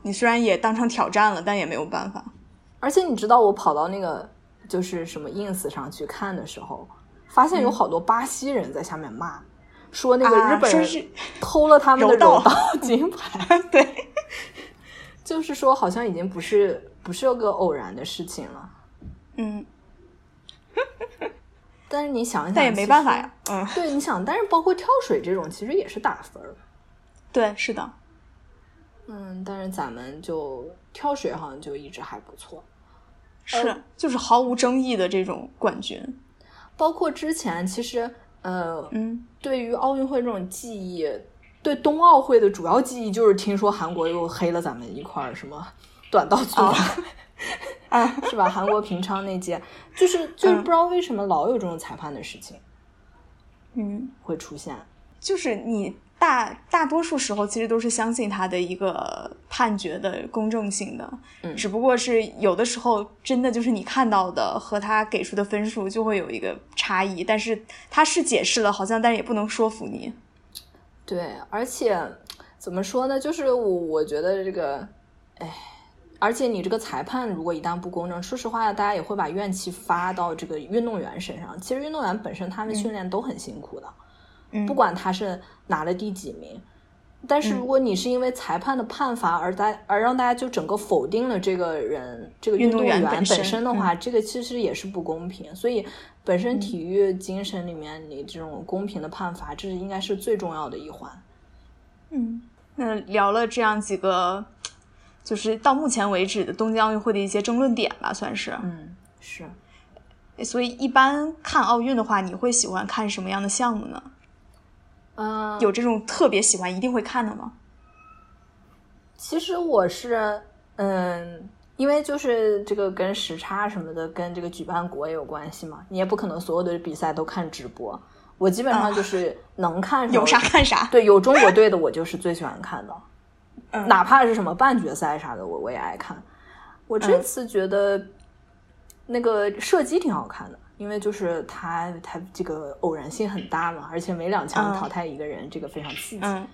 Speaker 1: 你虽然也当场挑战了，但也没有办法。
Speaker 2: 而且你知道，我跑到那个就是什么 ins 上去看的时候，发现有好多巴西人在下面骂，说那个
Speaker 1: 啊
Speaker 2: 日本
Speaker 1: 说
Speaker 2: 人
Speaker 1: 是
Speaker 2: 偷了他们的
Speaker 1: 柔道
Speaker 2: 柔道金牌，
Speaker 1: 对，
Speaker 2: 就是说好像已经不是不是个偶然的事情了。
Speaker 1: 嗯，
Speaker 2: 但是你想一想，
Speaker 1: 但也没办法呀。嗯，
Speaker 2: 其实。对，你想，但是包括跳水这种，其实也是打分儿。
Speaker 1: 对，是的。
Speaker 2: 嗯，但是咱们就跳水好像就一直还不错，呃
Speaker 1: 是，就是毫无争议的这种冠军。
Speaker 2: 包括之前其实呃，
Speaker 1: 嗯
Speaker 2: 对于奥运会这种记忆，对冬奥会的主要记忆就是听说韩国又黑了咱们一块儿什么 短道速滑，
Speaker 1: 啊，
Speaker 2: 是吧？韩国平昌那届，就是就是
Speaker 1: 嗯
Speaker 2: 不知道为什么老有这种裁判的事情
Speaker 1: 嗯，
Speaker 2: 会出现。
Speaker 1: 就是你大大多数时候其实都是相信他的一个判决的公正性的，
Speaker 2: 嗯
Speaker 1: 只不过是有的时候真的就是你看到的和他给出的分数就会有一个差异，但是他是解释了，好像但是也不能说服你。
Speaker 2: 对，而且怎么说呢？就是我我觉得这个，哎，而且你这个裁判如果一旦不公正，说实话，大家也会把怨气发到这个运动员身上。其实运动员本身他们训练都很辛苦的，
Speaker 1: 嗯，
Speaker 2: 不管他是拿了第几名。但是如果你是因为裁判的判罚而大而让大家就整个否定了这个人这个
Speaker 1: 运
Speaker 2: 运
Speaker 1: 动
Speaker 2: 动
Speaker 1: 员
Speaker 2: 员
Speaker 1: 本
Speaker 2: 本
Speaker 1: 身嗯
Speaker 2: 身的话，这个其实也是不公平。所以本身体育精神里面，你这种公平的判罚，这是应该是最重要的一环。
Speaker 1: 嗯，那聊了这样几个，就是到目前为止的东京奥运会的一些争论点吧，算是。
Speaker 2: 嗯，是。
Speaker 1: 所以一般看奥运的话，你会喜欢看什么样的项目呢？
Speaker 2: 嗯，
Speaker 1: 有这种特别喜欢一定会看的吗？
Speaker 2: 其实我是，嗯，因为就是这个跟时差什么的，跟这个举办国也有关系嘛。你也不可能所有的比赛都看直播。我基本上就是能看什
Speaker 1: 啊
Speaker 2: 么
Speaker 1: 有啥看啥。
Speaker 2: 对，有中国队的我就是最喜欢看的，
Speaker 1: 嗯
Speaker 2: 哪怕是什么半决赛啥的，我我也爱看。我这
Speaker 1: 嗯
Speaker 2: 次觉得那个射击挺好看的，因为就是他他这个偶然性很大嘛，而且每两枪淘汰一个人，这个非常刺激。
Speaker 1: 嗯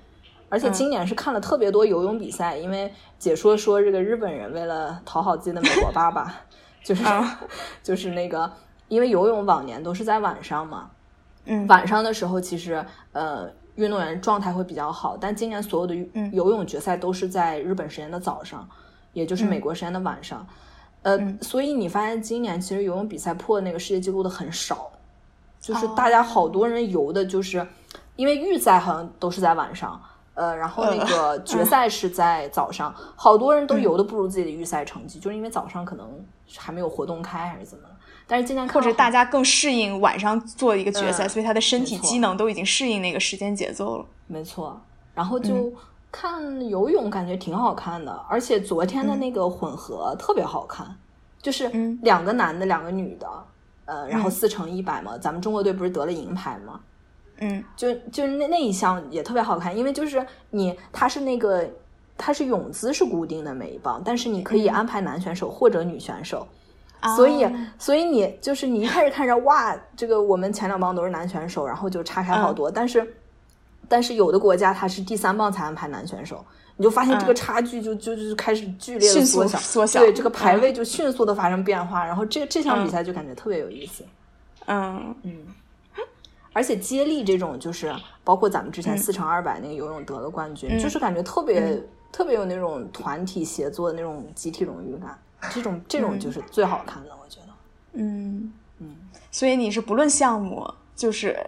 Speaker 2: 而且今年是看了特别多游泳比赛，因为解说说这个日本人为了讨好自己的美国爸爸，就是、
Speaker 1: 啊
Speaker 2: 就是那个，因为游泳往年都是在晚上嘛，
Speaker 1: 嗯
Speaker 2: 晚上的时候其实呃运动员状态会比较好，但今年所有的游
Speaker 1: 嗯
Speaker 2: 游泳决赛都是在日本时间的早上，也就是美国时间的晚上，呃，
Speaker 1: 嗯
Speaker 2: 所以你发现今年其实游泳比赛破那个世界纪录的很少，就是
Speaker 1: 哦
Speaker 2: 大家好多人游的就是，因为预赛好像都是在晚上。呃，然后那个 决赛是在早上，好多人都
Speaker 1: 嗯
Speaker 2: 游的不如自己的预赛成绩，就是因为早上可能还没有活动开还是怎么了。但是今年看
Speaker 1: 或者
Speaker 2: 了
Speaker 1: 大家更适应晚上做一个决赛，
Speaker 2: 嗯
Speaker 1: 所以他的身
Speaker 2: 没
Speaker 1: 体
Speaker 2: 错
Speaker 1: 机能都已经适应那个时间节奏了。
Speaker 2: 没错，然后
Speaker 1: 嗯
Speaker 2: 就看游泳，感觉挺好看的，而且昨天的那个混合特别好看，就是
Speaker 1: 嗯
Speaker 2: 两个男的，两个女的，呃，然后
Speaker 1: 嗯
Speaker 2: 四乘一百嘛，咱们中国队不是得了银牌吗？
Speaker 1: 嗯
Speaker 2: 就就那那一项也特别好看，因为就是你它是那个它是泳姿是固定的每一棒，但是你可
Speaker 1: 嗯
Speaker 2: 以安排男选手或者女选手，
Speaker 1: 啊
Speaker 2: 所以，所以你就是你一开始看着哇，这个我们前两棒都是男选手，然后就差开
Speaker 1: 嗯
Speaker 2: 好多，但是，但是有的国家它是第三棒才安排男选手，你就发现这个
Speaker 1: 嗯
Speaker 2: 差距就、就就开始剧烈的
Speaker 1: 迅
Speaker 2: 缩
Speaker 1: 速
Speaker 2: 小，
Speaker 1: 缩小嗯
Speaker 2: 对这个排位就迅速的发生变化，然后这这项比赛就感觉特别有意思，
Speaker 1: 嗯
Speaker 2: 嗯。而且接力这种就是包括咱们之前
Speaker 1: 嗯
Speaker 2: 四乘二百那个游泳得了冠军，
Speaker 1: 嗯
Speaker 2: 就是感觉特别、
Speaker 1: 嗯
Speaker 2: 特别有那种团体协作的那种集体荣誉感，这种这种就是最好看的，我觉得。
Speaker 1: 嗯
Speaker 2: 嗯，
Speaker 1: 所以你是不论项目，就是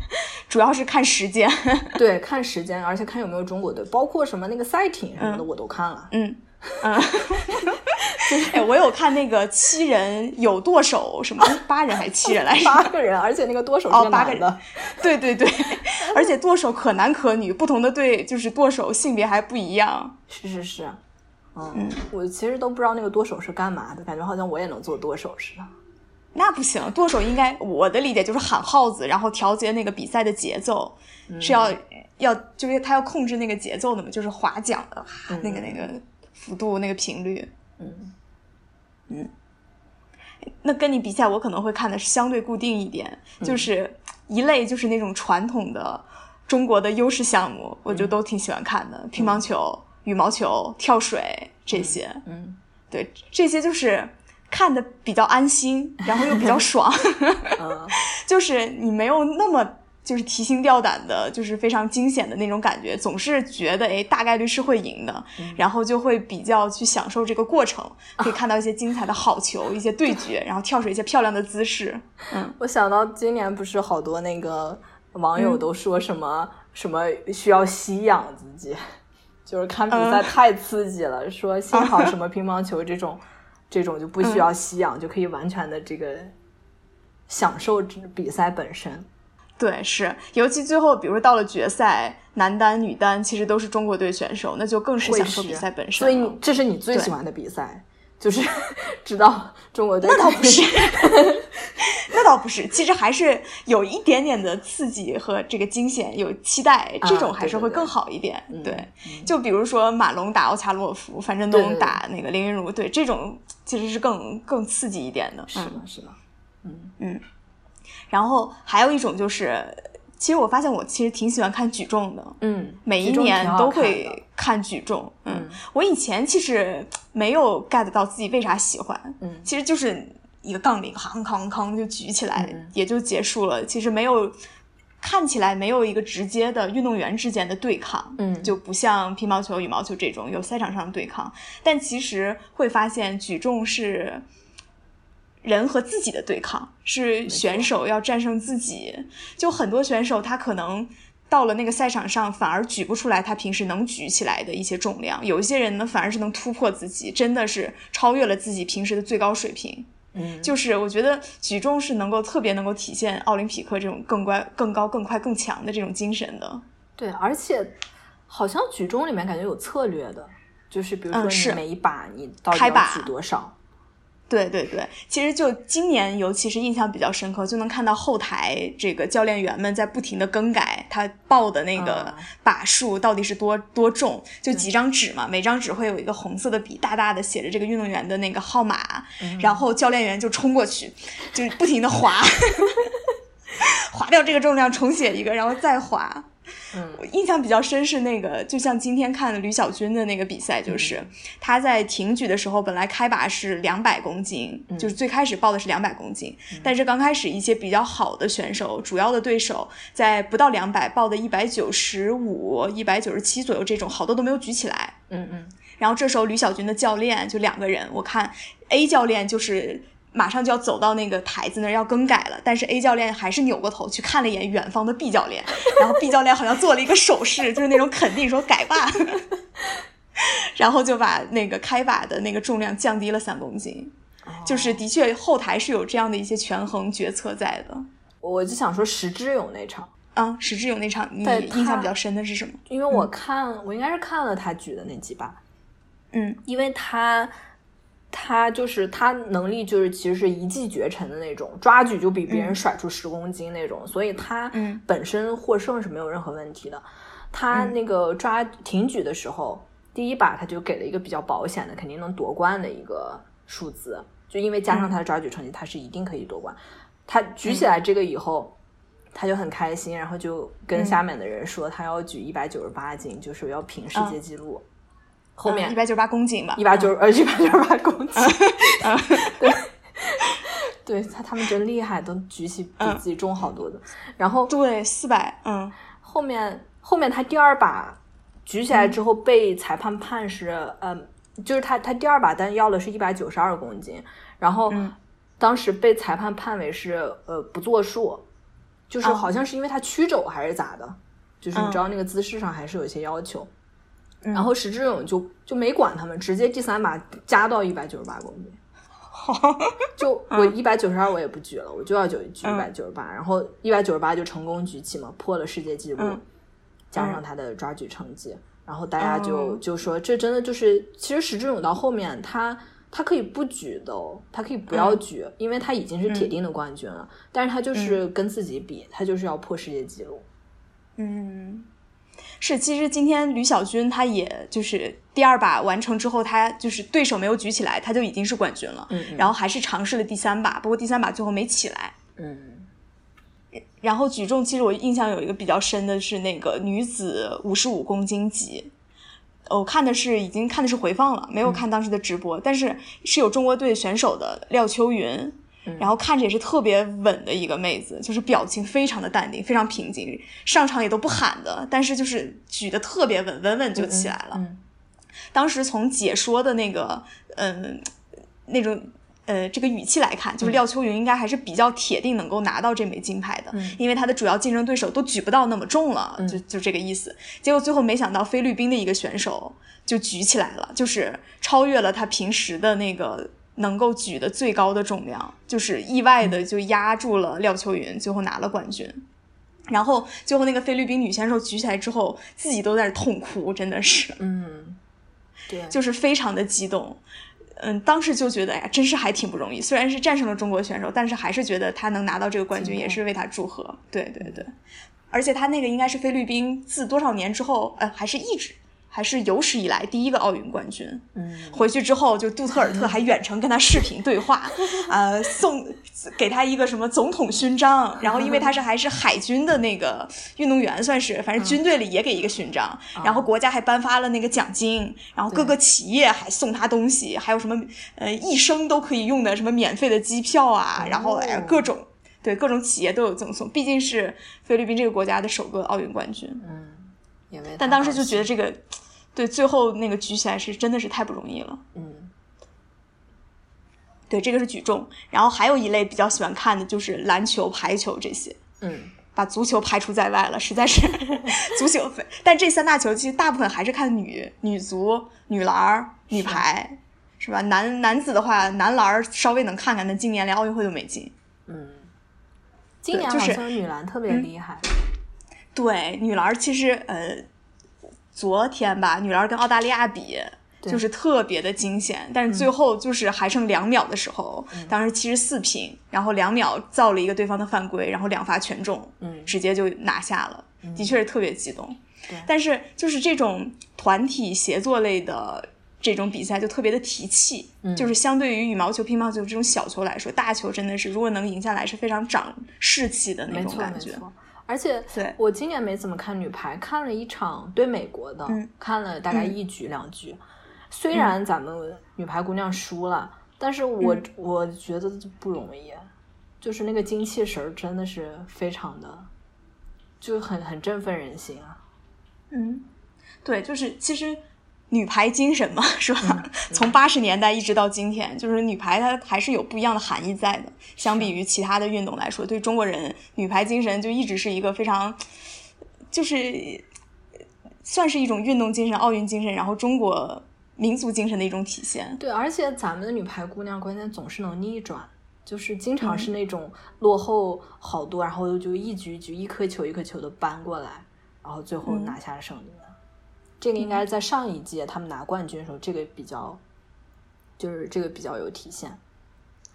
Speaker 1: 主要是看时间。
Speaker 2: 对，看时间，而且看有没有中国队，包括什么那个赛艇什么的，我都看了。
Speaker 1: 嗯 嗯，哎，我有看那个七人有舵手什么八人还是七人来着？
Speaker 2: 八个人，而且那个舵手是
Speaker 1: 哦
Speaker 2: 个
Speaker 1: 八个
Speaker 2: 男的，
Speaker 1: 对对对，而且舵手可男可女，不同的队就是舵手性别还不一样。
Speaker 2: 是是是。嗯，我其实都不知道那个舵手是干嘛的，感觉好像我也能做舵手似的。
Speaker 1: 那不行，舵手应该我的理解就是喊号子，然后调节那个比赛的节奏，
Speaker 2: 嗯
Speaker 1: 是要要就是他要控制那个节奏的嘛，就是划桨的、那个那个幅度、那个频率。嗯
Speaker 2: 嗯
Speaker 1: 那跟你比赛，我可能会看的是相对固定一点，
Speaker 2: 嗯
Speaker 1: 就是一类就是那种传统的中国的优势项目，我
Speaker 2: 嗯
Speaker 1: 就都挺喜欢看的，乒乓球、羽毛球、跳水这些。
Speaker 2: 嗯，
Speaker 1: 对，这些就是看的比较安心，然后又 比较爽，
Speaker 2: 嗯
Speaker 1: 就是你没有那么。就是提心吊胆的，就是非常惊险的那种感觉，总是觉得哎，大概率是会赢的，
Speaker 2: 嗯
Speaker 1: 然后就会比较去享受这个过程， 可以看到一些精彩的好球、一些对决，然后跳水一些漂亮的姿势。
Speaker 2: 我想到今年不是好多那个网友
Speaker 1: 嗯
Speaker 2: 都说什么、什么需要吸氧自己， 就是看比
Speaker 1: 嗯
Speaker 2: 赛太刺激 了，说幸好什么乒乓球这种、这种就不
Speaker 1: 嗯
Speaker 2: 需要吸氧，就可以完全的这个享受这比赛本身。
Speaker 1: 对，是，尤其最后，比如说到了决赛，男单、女单其实都是中国队选手，那就更是
Speaker 2: 会
Speaker 1: 享受
Speaker 2: 是
Speaker 1: 比赛本身
Speaker 2: 所
Speaker 1: 了。
Speaker 2: 以你这是你最
Speaker 1: 对
Speaker 2: 喜欢的比赛，就是 直到中国队嗯
Speaker 1: 那倒不 是， 那倒不是，其实还是有一点点的刺激和这个惊险，有期待，
Speaker 2: 啊
Speaker 1: 这种还是
Speaker 2: 对对
Speaker 1: 会
Speaker 2: 对
Speaker 1: 更好一点。
Speaker 2: 嗯
Speaker 1: 就比如说马龙打奥恰洛夫，樊振
Speaker 2: 对对
Speaker 1: 东
Speaker 2: 对
Speaker 1: 打那个林昀儒，对，这种其实是更更刺激一点的。
Speaker 2: 是
Speaker 1: 嗯，
Speaker 2: 吗？是吗？嗯
Speaker 1: 然后还有一种就是，其实我发现我其实挺喜欢看举重的，
Speaker 2: 嗯，
Speaker 1: 每一
Speaker 2: 其中挺
Speaker 1: 年
Speaker 2: 好
Speaker 1: 都
Speaker 2: 看
Speaker 1: 会看举重。
Speaker 2: 的，
Speaker 1: 嗯
Speaker 2: 嗯，
Speaker 1: 我以前其实没有 get 到自己为啥喜欢，
Speaker 2: 嗯
Speaker 1: 其实就是一个杠铃，哐哐哐就举起来，
Speaker 2: 嗯
Speaker 1: 也就结束了。其实没有看起来没有一个直接的运动员之间的对抗，
Speaker 2: 嗯
Speaker 1: 就不像乒乓球、羽毛球这种有赛场上的对抗。但其实会发现，举重是人和自己的对抗，是选手要战胜自己。就很多选手他可能。到了那个赛场上，反而举不出来他平时能举起来的一些重量。有一些人呢，反而是能突破自己，真的是超越了自己平时的最高水平。
Speaker 2: 嗯
Speaker 1: 就是我觉得举重是能够特别能够体现奥林匹克这种更乖、更高、更快、更强的这种精神的。
Speaker 2: 对，而且好像举重里面感觉有策略的，就是比如
Speaker 1: 嗯
Speaker 2: 说
Speaker 1: 是
Speaker 2: 你每一把你到底
Speaker 1: 开
Speaker 2: 要
Speaker 1: 把
Speaker 2: 举多少，
Speaker 1: 对对对，其实就今年，尤其是印象比较深刻，就能看到后台这个教练员们在不停的更改他报的那个把数到底是多、多重，就几张纸嘛，每张纸会有一个红色的笔，大大的写着这个运动员的那个号码，然后教练员就冲过去，就不停的划， 划掉这个重量，重写一个，然后再划。我印象比较深是那个，就像今天看的吕小军的那个比赛，就是、他在挺举的时候，本来开靶是两百公斤，就是最开始报的是两百公斤，但是刚开始一些比较好的选手，主要的对手在不到两百报的一百九十五、一百九十七左右这种，好多都没有举起来。
Speaker 2: 嗯嗯
Speaker 1: 然后这时候吕小军的教练就两个人，我看 A 教练就是马上就要走到那个台子那儿要更改了，但是 A 教练还是扭过头去看了一眼远方的 B 教练，然后 B 教练好像做了一个手势，就是那种肯定说改吧， 然后就把那个开把的那个重量降低了三公斤，就是的确后台是有这样的一些权衡决策在的。
Speaker 2: 我就想说石之勇那场，
Speaker 1: 啊，石志勇那场你
Speaker 2: 对
Speaker 1: 印
Speaker 2: 他
Speaker 1: 象比较深的是什么？
Speaker 2: 因为我看、我应该是看了他举的那几把，
Speaker 1: 嗯
Speaker 2: 因为他他就是他能力就是其实是一骑绝尘的那种，抓举就比别人甩出十公斤那种，所以他
Speaker 1: 嗯
Speaker 2: 本身获胜是没有任何问题的。他那个抓挺举的时候，第一把他就给了一个比较保险的，肯定能夺冠的一个数字，就因为加
Speaker 1: 嗯
Speaker 2: 上他的抓举成绩，他是一定可以夺冠。他举起来这个以后。他就很开心，然后就跟下面的人说，他要举一百九十八斤，就是要平世界纪录。后面
Speaker 1: 一百九十八公斤吧
Speaker 2: 嗯一，百九呃一百九十八嗯公斤，对， 对他他们真厉害，都举起比自己重好多的。然后
Speaker 1: 对，四百，嗯
Speaker 2: 后面后面他第二把举起来
Speaker 1: 嗯
Speaker 2: 之后被裁判判是，嗯，就是他他第二把单要的是一百九十二公斤，然后
Speaker 1: 嗯
Speaker 2: 当时被裁判判为是呃不作数，就是
Speaker 1: 啊
Speaker 2: 好像是因为他屈肘还是咋的，就是你
Speaker 1: 嗯
Speaker 2: 知道那个姿势上还是有一些要求。
Speaker 1: 嗯
Speaker 2: 然后石志勇就就没管他们，直接第三把加到一百九十八公斤。就
Speaker 1: 嗯
Speaker 2: 我一百九十二我也不举了，我就要举举一百九十八，然后一百九十八就成功举起嘛，破了世界纪录，
Speaker 1: 嗯哦
Speaker 2: 加上他的抓举成绩，然后大家就、就说这真的就是，其实石志勇到后面他他可以不举的哦，他可以不
Speaker 1: 嗯
Speaker 2: 要举，因为他已经是铁定的冠军了，但是他就是跟自己比，他就是要破世界纪录，
Speaker 1: 嗯，是，其实今天吕小军他也就是第二把完成之后，他就是对手没有举起来，他就已经是冠军了。
Speaker 2: 嗯嗯
Speaker 1: 然后还是尝试了第三把，不过第三把最后没起来。
Speaker 2: 嗯
Speaker 1: 然后举重，其实我印象有一个比较深的是那个女子五十五公斤级。我看的是已经看的是回放了，没有看当时的直播，但是是有中国队选手的廖秋云，然后看着也是特别稳的一个妹子，就是表情非常的淡定，非常平静，上场也都不喊的，但是就是举得特别稳，稳稳就起来了。
Speaker 2: 嗯
Speaker 1: 当时从解说的那个，嗯、那种。呃，这个语气来看，就是廖秋云应该还是比较铁定能够拿到这枚金牌的，因为他的主要竞争对手都举不到那么重了，就就这个意思。结果最后没想到菲律宾的一个选手就举起来了，就是超越了他平时的那个能够举的最高的重量，就是意外的就压住了廖秋云，最后拿了冠军。然后最后那个菲律宾女选手举起来之后，自己都在那儿痛哭，真的是。
Speaker 2: 嗯，对，
Speaker 1: 就是非常的激动。嗯，当时就觉得哎呀，真是还挺不容易。虽然是战胜了中国选手，但是还是觉得他能拿到这个冠军，
Speaker 2: 敬佩
Speaker 1: 也是为他祝贺。对对对，而且他那个应该是菲律宾自多少年之后，呃，还是一直还是有史以来第一个奥运冠军。
Speaker 2: 嗯
Speaker 1: 回去之后，就杜特尔特还远程跟他视频对话，呃，送给他一个什么总统勋章，然后因为他是还是海军的那个运动员，算是反正军队里也给一个勋章，然后国家还颁发了那个奖金，然后各个企业还送他东西，还有什么呃一生都可以用的什么免费的机票啊，然后哎呀
Speaker 2: 哦
Speaker 1: 各种对各种企业都有赠送，毕竟是菲律宾这个国家的首个奥运冠军，
Speaker 2: 嗯，也为
Speaker 1: 但
Speaker 2: 他
Speaker 1: 当时
Speaker 2: 高
Speaker 1: 就觉得
Speaker 2: 兴
Speaker 1: 这个。对，最后那个举起来是真的是太不容易了。
Speaker 2: 嗯。
Speaker 1: 对，这个是举重，然后还有一类比较喜欢看的就是篮球、排球这些，
Speaker 2: 嗯
Speaker 1: 把足球排除在外了，实在是 足球。但这三大球其实大部分还是看女女足、女篮儿、女排，是吧？男男子的话，男篮儿稍微能看看，但今年连奥运会都没进。
Speaker 2: 嗯，今年
Speaker 1: 就
Speaker 2: 好
Speaker 1: 是嗯
Speaker 2: 像女篮特别厉害。
Speaker 1: 对，女篮儿其实呃，昨天吧，女篮儿跟澳大利亚比，就是特别的惊险。但是
Speaker 2: 嗯
Speaker 1: 最后就是还剩两秒的时候，当时七十四平，然后两秒造了一个对方的犯规，然后两罚全中，
Speaker 2: 嗯
Speaker 1: 直接就拿下了，的确是特别激动
Speaker 2: 对。
Speaker 1: 但是就是这种团体协作类的这种比赛就特别的提气，
Speaker 2: 嗯
Speaker 1: 就是相对于羽毛球、乒乓球这种小球来说，大球真的是如果能赢下来是非常长士气的那
Speaker 2: 没
Speaker 1: 种
Speaker 2: 错没
Speaker 1: 感觉。
Speaker 2: 错。而且
Speaker 1: 对
Speaker 2: 我今年没怎么看女排，看了一场对美国的，
Speaker 1: 嗯
Speaker 2: 看了大概一局两局。虽然咱们女排姑娘输了，但是我、
Speaker 1: 嗯
Speaker 2: 我觉得不容易，就是那个精气神儿真的是非常的，就很很振奋人心啊。
Speaker 1: 嗯，对，就是其实女排精神嘛，是吧？ 从八十年代一直到今天，就是女排它还是有不一样的含义在的。相比于其他的运动来说，对中国人，女排精神就一直是一个非常，就是算是一种运动精神、奥运精神，然后中国民族精神的一种体现。
Speaker 2: 对，而且咱们的女排姑娘关键总是能逆转，就是经
Speaker 1: 嗯
Speaker 2: 常是那种落后好多，然后就一局一局、一颗球一颗球的扳过来，然后最后
Speaker 1: 嗯
Speaker 2: 拿下了胜利。这个应该在上一届他们拿冠军的时候，这个比较，就是这个比较有体现。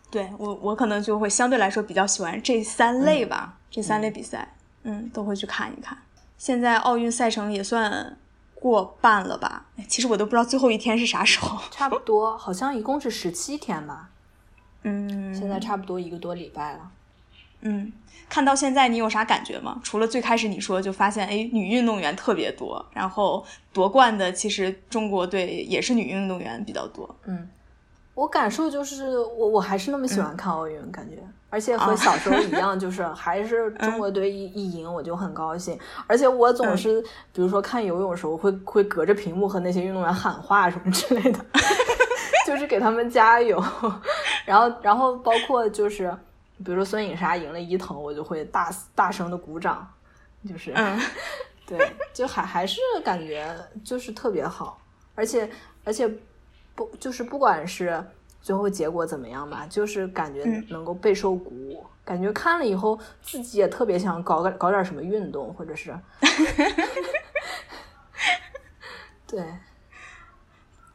Speaker 1: 对我，我可能就会相对来说比较喜欢这三
Speaker 2: 嗯
Speaker 1: 类吧，这三类比赛，嗯，都会去看一看。现在奥运赛程也算过半了吧？哎其实我都不知道最后一天是啥时候。
Speaker 2: 差不多，好像一共是十七天吧，
Speaker 1: 嗯，
Speaker 2: 现在差不多一个多礼拜了。
Speaker 1: 嗯，看到现在你有啥感觉吗？除了最开始你说就发现，哎，女运动员特别多，然后夺冠的其实中国队也是女运动员比较多。
Speaker 2: 嗯，我感受就是我我还是那么喜欢看奥运，感觉，而且和小时候一样，就是还是中国队一、一赢我就很高兴，而且我总是、比如说看游泳的时候会会隔着屏幕和那些运动员喊话什么之类的，就是给他们加油，然后然后包括就是比如说孙颖莎赢了伊藤，我就会大大声的鼓掌，就是
Speaker 1: 嗯，
Speaker 2: 对，就还还是感觉就是特别好，而且而且不就是不管是最后结果怎么样吧，就是感觉
Speaker 1: 嗯
Speaker 2: 能够备受鼓舞，感觉看了以后自己也特别想搞个搞点什么运动，或者是，对，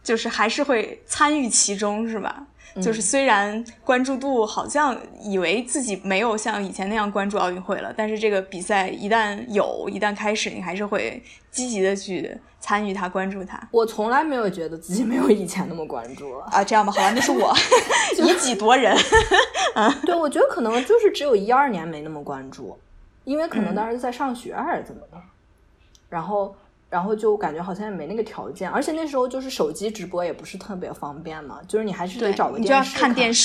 Speaker 1: 就是还是会参与其中，是吧？
Speaker 2: 嗯
Speaker 1: 就是虽然关注度好像以为自己没有像以前那样关注奥运会了，但是这个比赛一旦有，一旦开始，你还是会积极的去参与它、关注它
Speaker 2: 我从来没有觉得自己没有以前那么关注了。
Speaker 1: 啊。这样吧，好吧，那是 我以己度人。
Speaker 2: 对，我觉得可能就是只有一二年没那么关注，因为
Speaker 1: 嗯
Speaker 2: 可能当时在上学还是怎么的，然后然后就感觉好像也没那个条件，而且那时候就是手机直播也不是特别方便嘛，就是你还是 得找个
Speaker 1: 你就要
Speaker 2: 电视
Speaker 1: 看电
Speaker 2: 视。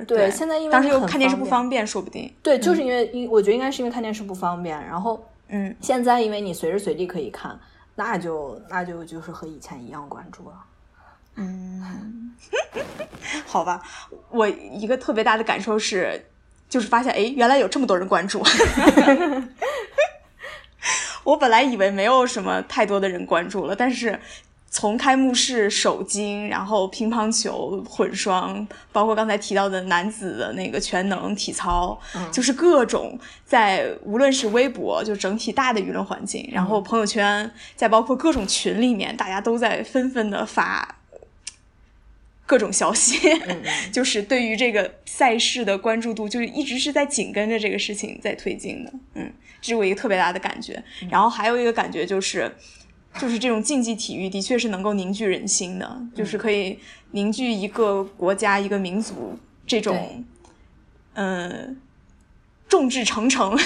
Speaker 1: 视。
Speaker 2: 对现在因为
Speaker 1: 当时又
Speaker 2: 很
Speaker 1: 看电视
Speaker 2: 方
Speaker 1: 不
Speaker 2: 便
Speaker 1: 方便，说不定。
Speaker 2: 对，就是因为因我觉得应该是因为看电视不方便，然后
Speaker 1: 嗯，
Speaker 2: 现在因为你随时随地可以看，那就那就就是和以前一样关注了。
Speaker 1: 好吧，我一个特别大的感受是，就是发现哎，诶原来有这么多人关注。我本来以为没有什么太多的人关注了，但是从开幕式、首金，然后乒乓球混双，包括刚才提到的男子的那个全能体操，就是各种在无论是微博，就整体大的舆论环境，然后朋友圈，再包括各种群里面，大家都在纷纷的发各种消息， 就是对于这个赛事的关注度，就是一直是在紧跟着这个事情在推进的。嗯，这是我一个特别大的感觉。
Speaker 2: 嗯
Speaker 1: 然后还有一个感觉就是，就是这种竞技体育的确是能够凝聚人心的，
Speaker 2: 嗯
Speaker 1: 就是可以凝聚一个国家、一个民族这种，嗯，众志成城。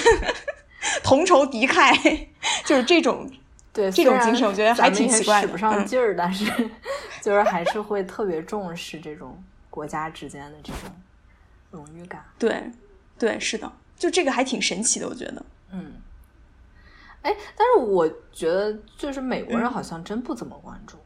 Speaker 1: 同仇敌忾， 就是这种
Speaker 2: 对，
Speaker 1: 这
Speaker 2: 虽
Speaker 1: 种精
Speaker 2: 然
Speaker 1: 神我觉得
Speaker 2: 咱
Speaker 1: 还
Speaker 2: 们
Speaker 1: 挺
Speaker 2: 也
Speaker 1: 奇怪
Speaker 2: 使
Speaker 1: 的
Speaker 2: 不上
Speaker 1: 嗯
Speaker 2: 劲儿，但是 就是还是会特别重视这种国家之间的这种荣誉感。
Speaker 1: 对，对，是的，就这个还挺神奇的，我觉得。
Speaker 2: 嗯，哎，但是我觉得就是美国人好像真不怎么关注，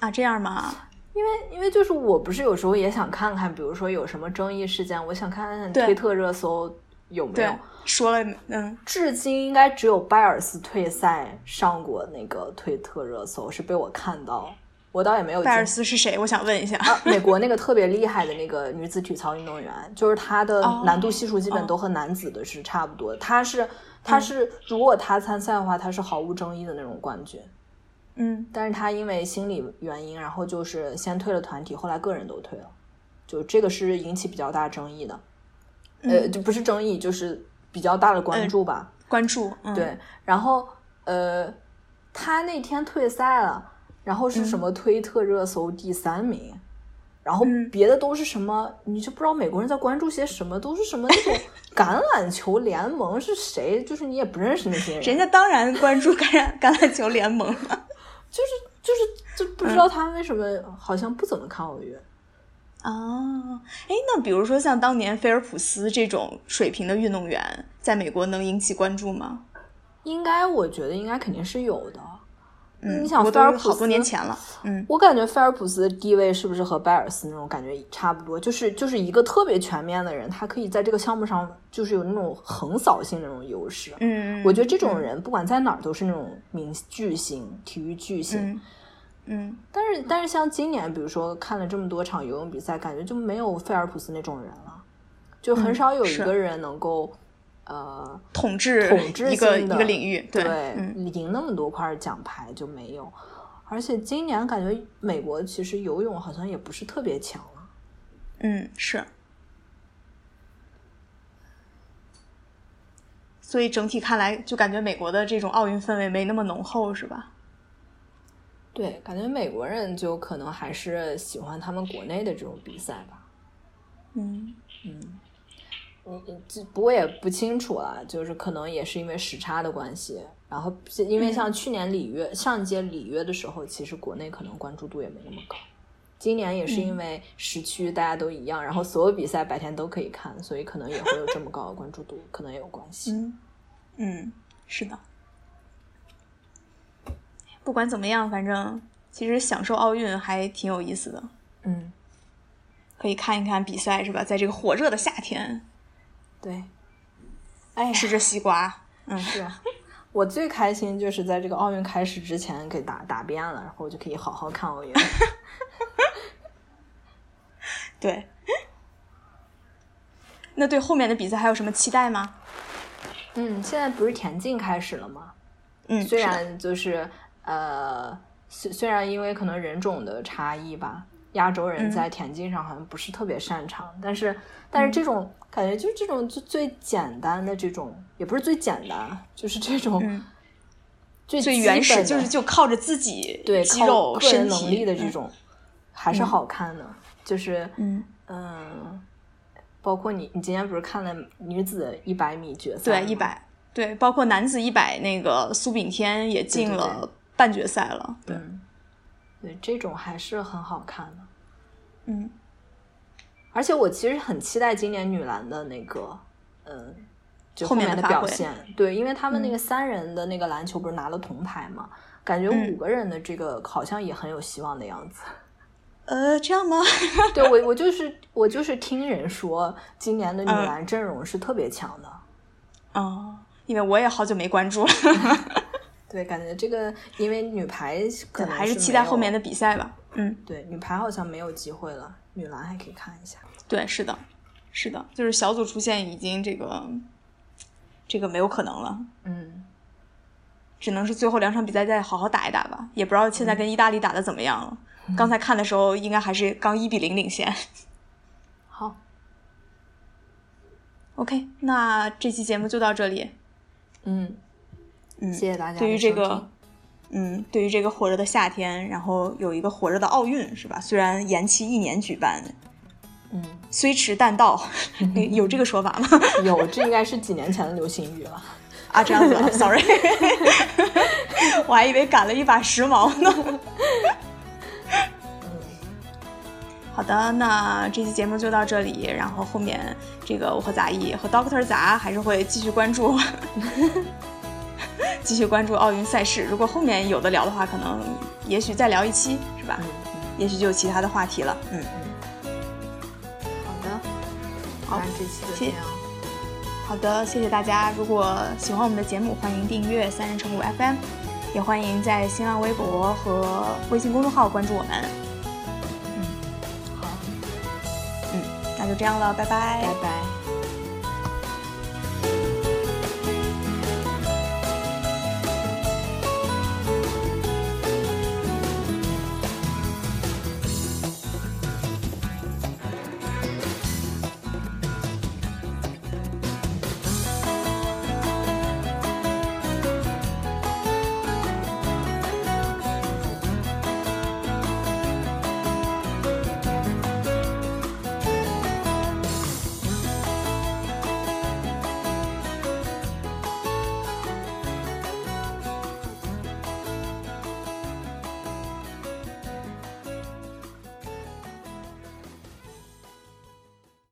Speaker 1: 啊，这样吗？
Speaker 2: 因为因为就是我不是有时候也想看看，比如说有什么争议事件，我想看看
Speaker 1: 对
Speaker 2: 推特热搜有没
Speaker 1: 对
Speaker 2: 有。，
Speaker 1: 哎说了，嗯，
Speaker 2: 至今应该只有拜尔斯退赛上过那个推特热搜，是被我看到，我倒也没有
Speaker 1: 拜尔
Speaker 2: 进
Speaker 1: 斯是谁？我想问一下。
Speaker 2: 啊，美国那个特别厉害的那个女子体操运动员，就是她的
Speaker 1: 哦嗯
Speaker 2: 难度系数基本都和男子的是差不多。她是，她是，如果她参赛的话，她是毫无争议的那种冠军。
Speaker 1: 嗯，
Speaker 2: 但是他因为心理原因，然后就是先退了团体，后来个人都退了，就这个是引起比较大争议的，呃，
Speaker 1: 嗯
Speaker 2: 就不是争议，就是比较大的关注吧。
Speaker 1: 关注，嗯、
Speaker 2: 对，然后呃，他那天退赛了，然后
Speaker 1: 嗯
Speaker 2: 是什么推特热搜第三名，然后
Speaker 1: 嗯
Speaker 2: 别的都是什么，你就不知道美国人在关注些什么，都是什 么那种橄榄球联盟是谁，就是你也不认识那些人，
Speaker 1: 人家当然关注 橄榄橄榄球联盟了
Speaker 2: 就是就是就不知
Speaker 1: 嗯
Speaker 2: 道他们为什么好像不怎么看奥运。
Speaker 1: 啊。哎，那比如说像当年菲尔普斯这种水平的运动员，在美国能引起关注吗？
Speaker 2: 应该，我觉得应该肯定是有的。
Speaker 1: 嗯，
Speaker 2: 你想
Speaker 1: 我
Speaker 2: 菲
Speaker 1: 都是
Speaker 2: 尔普斯
Speaker 1: 好多年前了，嗯
Speaker 2: 我感觉菲尔普斯的地位是不是和拜尔斯那种感觉差不多？就是就是一个特别全面的人，他可以在这个项目上就是有那种横扫性那种优势。
Speaker 1: 嗯，
Speaker 2: 我觉得这种人不管在哪儿都是那种明巨星，体育巨星。
Speaker 1: 嗯嗯
Speaker 2: 但是但是像今年，比如说看了这么多场游泳比赛，感觉就没有菲尔普斯那种人了，就很
Speaker 1: 嗯
Speaker 2: 少有一
Speaker 1: 是
Speaker 2: 个人能够、呃
Speaker 1: 统治
Speaker 2: 统治
Speaker 1: 一个
Speaker 2: 性
Speaker 1: 一
Speaker 2: 的
Speaker 1: 个领域，
Speaker 2: 对，
Speaker 1: 嗯
Speaker 2: 赢那么多块奖牌就没有。而且今年感觉美国其实游泳好像也不是特别强了。
Speaker 1: 嗯是。所以整体看来，就感觉美国的这种奥运氛围没那么浓厚，是吧？
Speaker 2: 对，感觉美国人就可能还是喜欢他们国内的这种比赛吧。
Speaker 1: 嗯
Speaker 2: 嗯，嗯，嗯这不过也不清楚了，就是可能也是因为时差的关系。然后因为像去年里约、上一届里约的时候，其实国内可能关注度也没那么高。今年也是因为时区大家都一样，然后所有比赛白天都可以看，所以可能也会有这么高的关注度，可能也有关系。
Speaker 1: 嗯嗯，是的。不管怎么样，反正其实享受奥运还挺有意思的，
Speaker 2: 嗯，
Speaker 1: 可以看一看比赛，是吧？在这个火热的夏天，
Speaker 2: 对。哎呀，
Speaker 1: 吃着西瓜，嗯，
Speaker 2: 是啊，我最开心就是在这个奥运开始之前给打打遍了，然后我就可以好好看奥运。
Speaker 1: 对。那对后面的比赛还有什么期待吗？
Speaker 2: 嗯，现在不是田径开始了吗？
Speaker 1: 嗯，
Speaker 2: 虽
Speaker 1: 是的
Speaker 2: 然就是呃，虽虽然因为可能人种的差异吧，亚洲人
Speaker 1: 嗯
Speaker 2: 在田径上好像不是特别擅长，但是但是这种、感觉就是这种最最简单的这种，也不是最简单，就是这种
Speaker 1: 嗯
Speaker 2: 最
Speaker 1: 最
Speaker 2: 基
Speaker 1: 原
Speaker 2: 本
Speaker 1: 始
Speaker 2: 的
Speaker 1: 就是就靠着自己
Speaker 2: 对
Speaker 1: 肌
Speaker 2: 靠
Speaker 1: 肉
Speaker 2: 个人
Speaker 1: 身
Speaker 2: 能
Speaker 1: 体
Speaker 2: 力的这，种，还是好看的，就是
Speaker 1: 嗯，
Speaker 2: 嗯。包括你，你今天不是看了女子一百米决赛
Speaker 1: 对
Speaker 2: 吗
Speaker 1: 一百，对，包括男子一百那个苏炳添也进
Speaker 2: 对对
Speaker 1: 了半决赛了，对，
Speaker 2: 嗯，对，这种还是很好看的。
Speaker 1: 嗯
Speaker 2: 而且我其实很期待今年女篮的那个，嗯，就
Speaker 1: 后面
Speaker 2: 面
Speaker 1: 的发
Speaker 2: 的表
Speaker 1: 挥嗯
Speaker 2: 现。对，因为他们那个三人的那个篮球不是拿了铜牌嘛，感觉
Speaker 1: 嗯
Speaker 2: 五个人的这个好像也很有希望的样子。
Speaker 1: 呃，这样吗？
Speaker 2: 对我，我就是我就是听人说，今年的女
Speaker 1: 嗯
Speaker 2: 篮阵容是特别强的。
Speaker 1: 哦，因为我也好久没关注了，
Speaker 2: 对，感觉这个因为女排可能
Speaker 1: 还
Speaker 2: 是
Speaker 1: 是期待
Speaker 2: 没有
Speaker 1: 后面的比赛吧。嗯，
Speaker 2: 对女排好像没有机会了，女篮还可以看一下。
Speaker 1: 对，是的，是的，就是小组出线已经这个这个没有可能了。
Speaker 2: 嗯，
Speaker 1: 只能是最后两场比赛再好好打一打吧，也不知道现
Speaker 2: 嗯
Speaker 1: 在跟意大利打的怎么样了。刚才看的时候，应该还是刚一比零领先。
Speaker 2: 好，
Speaker 1: OK，那这期节目就到这里。
Speaker 2: 嗯，
Speaker 1: 嗯，
Speaker 2: 谢谢大家的收听。
Speaker 1: 对于这个，嗯，对于这个火热的夏天，然后有一个火热的奥运，是吧？虽然延期一年举办，
Speaker 2: 嗯，
Speaker 1: 虽迟但到， 有这个说法吗？
Speaker 2: 有，这应该是几年前的流行语了。
Speaker 1: 啊，这样子啊，sorry，我还以为赶了一把时髦呢。 好的，那这期节目就到这里，然后后面这个我和杂艺和 Doctor 杂还是会继续关注，继续关注奥运赛事。如果后面有的聊的话，可能也许再聊一期，是吧？
Speaker 2: 嗯，
Speaker 1: 也许就有其他的话题了。嗯，
Speaker 2: 好的，
Speaker 1: 好
Speaker 2: 那这期就这
Speaker 1: 谢
Speaker 2: 样，
Speaker 1: 好的，谢谢大家。如果喜欢我们的节目，欢迎订阅三人成虎 FM，也欢迎在新浪微博和微信公众号关注我们。
Speaker 2: 好，
Speaker 1: 嗯，那就这样了，拜拜
Speaker 2: 拜拜。